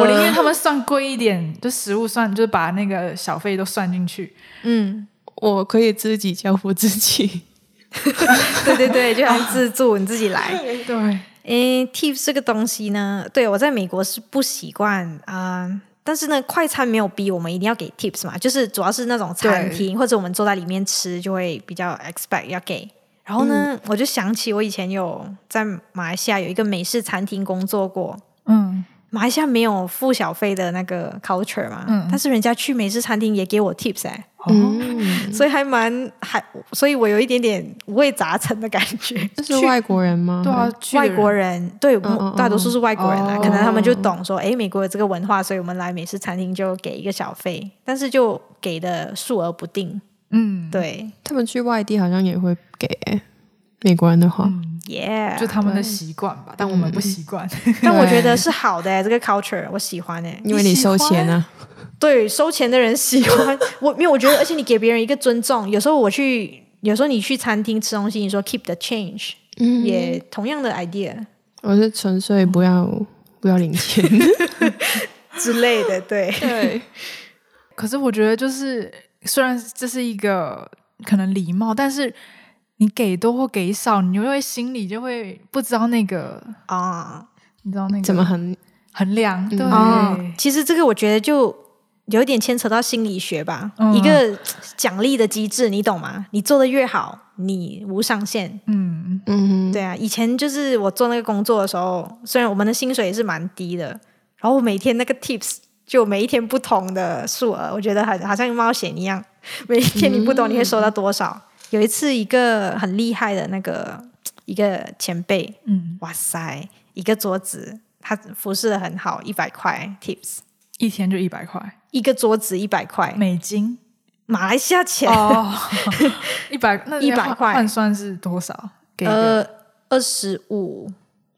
[SPEAKER 1] 我宁愿他们算贵一点，就食物算，就是把那个小费都算进去。
[SPEAKER 2] 嗯，
[SPEAKER 3] 我可以自己交付自己。
[SPEAKER 2] 对对对，就像自助，你自己来。
[SPEAKER 1] 对，
[SPEAKER 2] 诶，tips 这个东西呢，对我在美国是不习惯啊、呃但是呢，快餐没有逼我们一定要给 tips 嘛，就是主要是那种餐厅或者我们坐在里面吃，就会比较 expect 要给。然后呢，我就想起我以前有在马来西亚有一个美式餐厅工作过，
[SPEAKER 1] 嗯，
[SPEAKER 2] 马来西亚没有付小费的那个 culture 嘛，
[SPEAKER 1] 嗯
[SPEAKER 2] 但是人家去美式餐厅也给我 tips 哎、
[SPEAKER 1] 哦，
[SPEAKER 3] 嗯，
[SPEAKER 2] 所以还蛮还，所以我有一点点五味杂陈的感觉。
[SPEAKER 3] 这是外国嗯人吗？
[SPEAKER 1] 对啊，，去的
[SPEAKER 2] 外
[SPEAKER 1] 人
[SPEAKER 2] 国人对，
[SPEAKER 3] 嗯嗯
[SPEAKER 2] 大多数是外国人啦，
[SPEAKER 1] 哦
[SPEAKER 2] 可能他们就懂说，诶，美国有这个文化，所以我们来美式餐厅就给一个小费，但是就给的数额不定。
[SPEAKER 1] 嗯，
[SPEAKER 2] 对，
[SPEAKER 3] 他们去外地好像也会给美国人的话，
[SPEAKER 1] 嗯，
[SPEAKER 2] 耶、
[SPEAKER 1] 就他们的习惯吧，但我们不习惯。
[SPEAKER 2] 但我觉得是好的、欸这个 culture 我喜欢诶、欸
[SPEAKER 3] 因为你收钱啊。
[SPEAKER 2] 对，收钱的人喜欢我，因为我觉得，而且你给别人一个尊重，有时候我去，有时候你去餐厅吃东西，你说 keep the change，、
[SPEAKER 3] 嗯，
[SPEAKER 2] 也同样的 idea
[SPEAKER 3] 我是纯粹不要不要零 钱。
[SPEAKER 2] 之类的，对。
[SPEAKER 3] 对，
[SPEAKER 1] 可是我觉得，就是虽然这是一个可能礼貌，但是你给多或给少，你就会心里就会不知道那个，
[SPEAKER 2] 啊、
[SPEAKER 1] 你知道那个
[SPEAKER 3] 怎么很
[SPEAKER 1] 衡量？对，
[SPEAKER 2] 哦，
[SPEAKER 1] 嗯
[SPEAKER 2] 其实这个我觉得就有一点牵扯到心理学吧，
[SPEAKER 1] 嗯
[SPEAKER 2] 一个奖励的机制，你懂吗？你做的越好，你无上限。
[SPEAKER 1] 嗯，
[SPEAKER 3] 嗯
[SPEAKER 2] 对啊，以前就是我做那个工作的时候，虽然我们的薪水也是蛮低的，然后我每天那个 tips 就每一天不同的数额，我觉得很好像冒险一样，每一天你不懂你会收到多少。有一次，一个很厉害的那个一个前辈，
[SPEAKER 1] 嗯，
[SPEAKER 2] 哇塞，一个桌子他服侍的很好，一百块 tips，
[SPEAKER 1] 一天就一百块
[SPEAKER 2] 一个桌子一百块，
[SPEAKER 1] 美金
[SPEAKER 2] 马来西亚钱，
[SPEAKER 1] 哦， 一百那
[SPEAKER 2] 100
[SPEAKER 1] 要换
[SPEAKER 2] 块
[SPEAKER 1] 换算是多少？给一个
[SPEAKER 2] 呃，二十五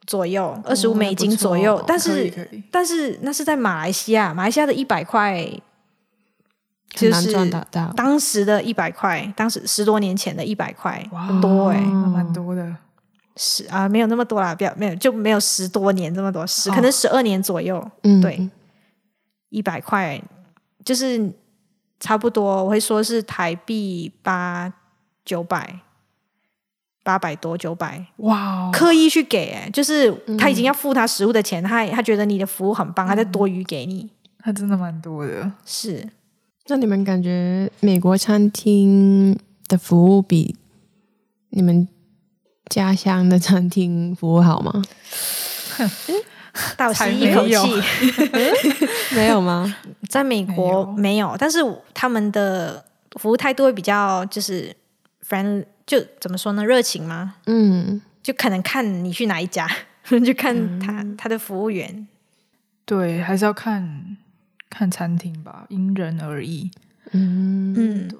[SPEAKER 2] 左右，二十五
[SPEAKER 3] 哦
[SPEAKER 2] 美金左
[SPEAKER 3] 那
[SPEAKER 2] 右，
[SPEAKER 3] 不错
[SPEAKER 2] 但
[SPEAKER 1] 可以
[SPEAKER 2] 是
[SPEAKER 1] 可以
[SPEAKER 2] 但是那是在马来西亚，马来西亚的一百块就
[SPEAKER 3] 很难
[SPEAKER 2] 是
[SPEAKER 3] 赚得到。
[SPEAKER 2] 当时的一百块，当时十多年前的一百块，
[SPEAKER 1] 哇
[SPEAKER 2] 很多哎、
[SPEAKER 1] 那蛮多的，
[SPEAKER 2] 十啊、没有那么多啦，不要没有就没有十多年这么多，十、
[SPEAKER 1] 哦
[SPEAKER 2] 可能十二年左右，
[SPEAKER 3] 嗯，
[SPEAKER 2] 对，一百块就是差不多，我会说是台币八九百，八百多九百，
[SPEAKER 1] 哇哦，
[SPEAKER 2] 刻意去给、欸，就是他已经要付他食物的钱，他他觉得你的服务很棒，他再
[SPEAKER 1] 嗯
[SPEAKER 2] 多余给你，
[SPEAKER 1] 它真的蛮多的。
[SPEAKER 2] 是
[SPEAKER 3] 那你们感觉美国餐厅的服务比你们家乡的餐厅服务好 吗？
[SPEAKER 2] 倒
[SPEAKER 1] 才
[SPEAKER 2] 吸一口
[SPEAKER 1] 没有
[SPEAKER 2] 气。
[SPEAKER 3] 没有吗？
[SPEAKER 2] 在美国
[SPEAKER 1] 没有
[SPEAKER 2] 没有，但是他们的服务态度会比较就是 friend，就怎么说呢，热情吗？
[SPEAKER 3] 嗯，
[SPEAKER 2] 就可能看你去哪一家， 就看他、
[SPEAKER 1] 嗯
[SPEAKER 2] 他的服务员。
[SPEAKER 1] 对，还是要看看餐厅吧，因人而异。
[SPEAKER 2] 嗯，
[SPEAKER 1] 对，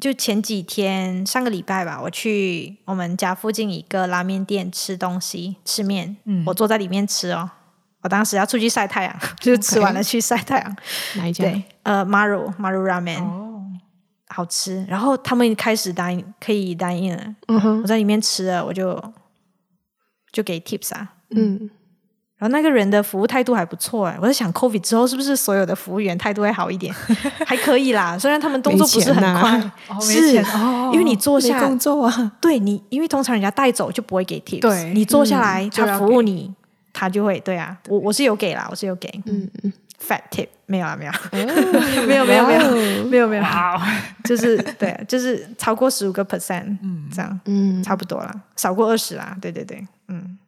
[SPEAKER 2] 就前几天上个礼拜吧，我去我们家附近一个拉面店吃东西，吃面。
[SPEAKER 1] 嗯
[SPEAKER 2] 我坐在里面吃哦。我当时要出去晒太阳， 就是吃完了去晒太阳。
[SPEAKER 3] 哪一家？
[SPEAKER 2] 对，呃，Maru Maru Ramen、
[SPEAKER 1] 哦，
[SPEAKER 2] 好吃。然后他们开始答应可以答应了，
[SPEAKER 3] 嗯哼，
[SPEAKER 2] 我在里面吃了，我就就给 tips 啊。
[SPEAKER 3] 嗯，
[SPEAKER 2] 然后那个人的服务态度还不错哎，我在想 COVID 之后是不是所有的服务员态度会好一 点？还可以啦，虽然他们动作不是很
[SPEAKER 3] 没
[SPEAKER 2] 快
[SPEAKER 3] 钱，啊
[SPEAKER 1] 哦没
[SPEAKER 2] 是
[SPEAKER 1] 钱哦
[SPEAKER 2] 因为你坐
[SPEAKER 3] 没
[SPEAKER 2] 下，
[SPEAKER 3] 工作啊，
[SPEAKER 2] 对你，因为通常人家带走就不会给 tips，
[SPEAKER 1] 对
[SPEAKER 2] 你坐下来、
[SPEAKER 3] 嗯
[SPEAKER 1] 就
[SPEAKER 2] 他
[SPEAKER 1] 要
[SPEAKER 2] 服务你，他就会对啊。我我是有给啦，我是有给，
[SPEAKER 3] 嗯，
[SPEAKER 2] fat tip 没有啊，没 有啊，
[SPEAKER 3] 哦
[SPEAKER 2] 没有没有没有
[SPEAKER 3] 有，
[SPEAKER 2] 没有没有，
[SPEAKER 1] 哇，哦
[SPEAKER 2] 就是对啊，就是超过十五个 percent，这样
[SPEAKER 3] 嗯，
[SPEAKER 2] 差不多啦，少过二十啦，对对对，嗯，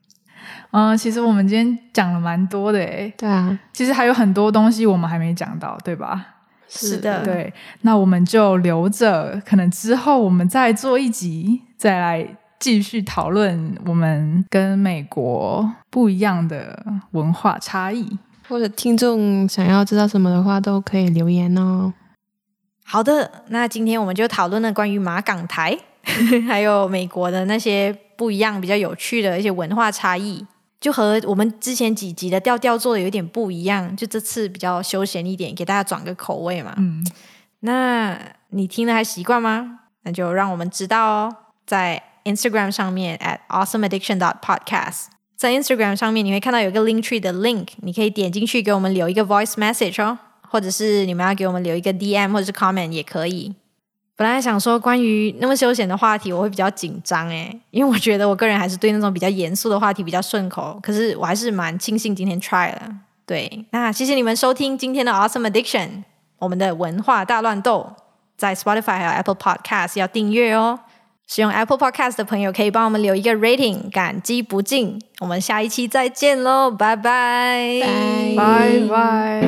[SPEAKER 1] 嗯，其实我们今天讲了蛮多的诶，
[SPEAKER 3] 对
[SPEAKER 2] 嗯
[SPEAKER 3] 啊，
[SPEAKER 1] 其实还有很多东西我们还没讲到，对吧？
[SPEAKER 2] 是的，
[SPEAKER 1] 对，那我们就留着，可能之后我们再做一集，再来继续讨论我们跟美国不一样的文化差异。
[SPEAKER 3] 或者听众想要知道什么的话，都可以留言哦。
[SPEAKER 2] 好的，那今天我们就讨论了关于马港台， 还有美国的那些不一样、比较有趣的一些文化差异，就和我们之前几集的调调做的有点不一样，就这次比较休闲一点，给大家转个口味嘛。
[SPEAKER 1] 嗯，
[SPEAKER 2] 那你听了还习惯吗？那就让我们知道哦，在 Instagram 上面 at awesomeaddiction dot podcast，在 Instagram 上面你会看到有一个 link tree 的 link，你可以点进去给我们留一个 voice message 哦，或者是你们要给我们留一个 DM 或者是 comment 也可以。本来想说关于那么休闲的话题，我会比较紧张诶，因为我觉得我个人还是对那种比较严肃的话题比较顺口。可是我还是蛮庆幸今天 try 了。对，那谢谢你们收听今天的 Awesome Addiction。我们的文化大乱斗，在 Spotify 还有 Apple Podcast 要订阅哦。使用 Apple Podcast 的朋友可以帮我们留一个 rating，感激不尽。我们下一期再见喽，拜拜，
[SPEAKER 3] 拜
[SPEAKER 1] 拜拜。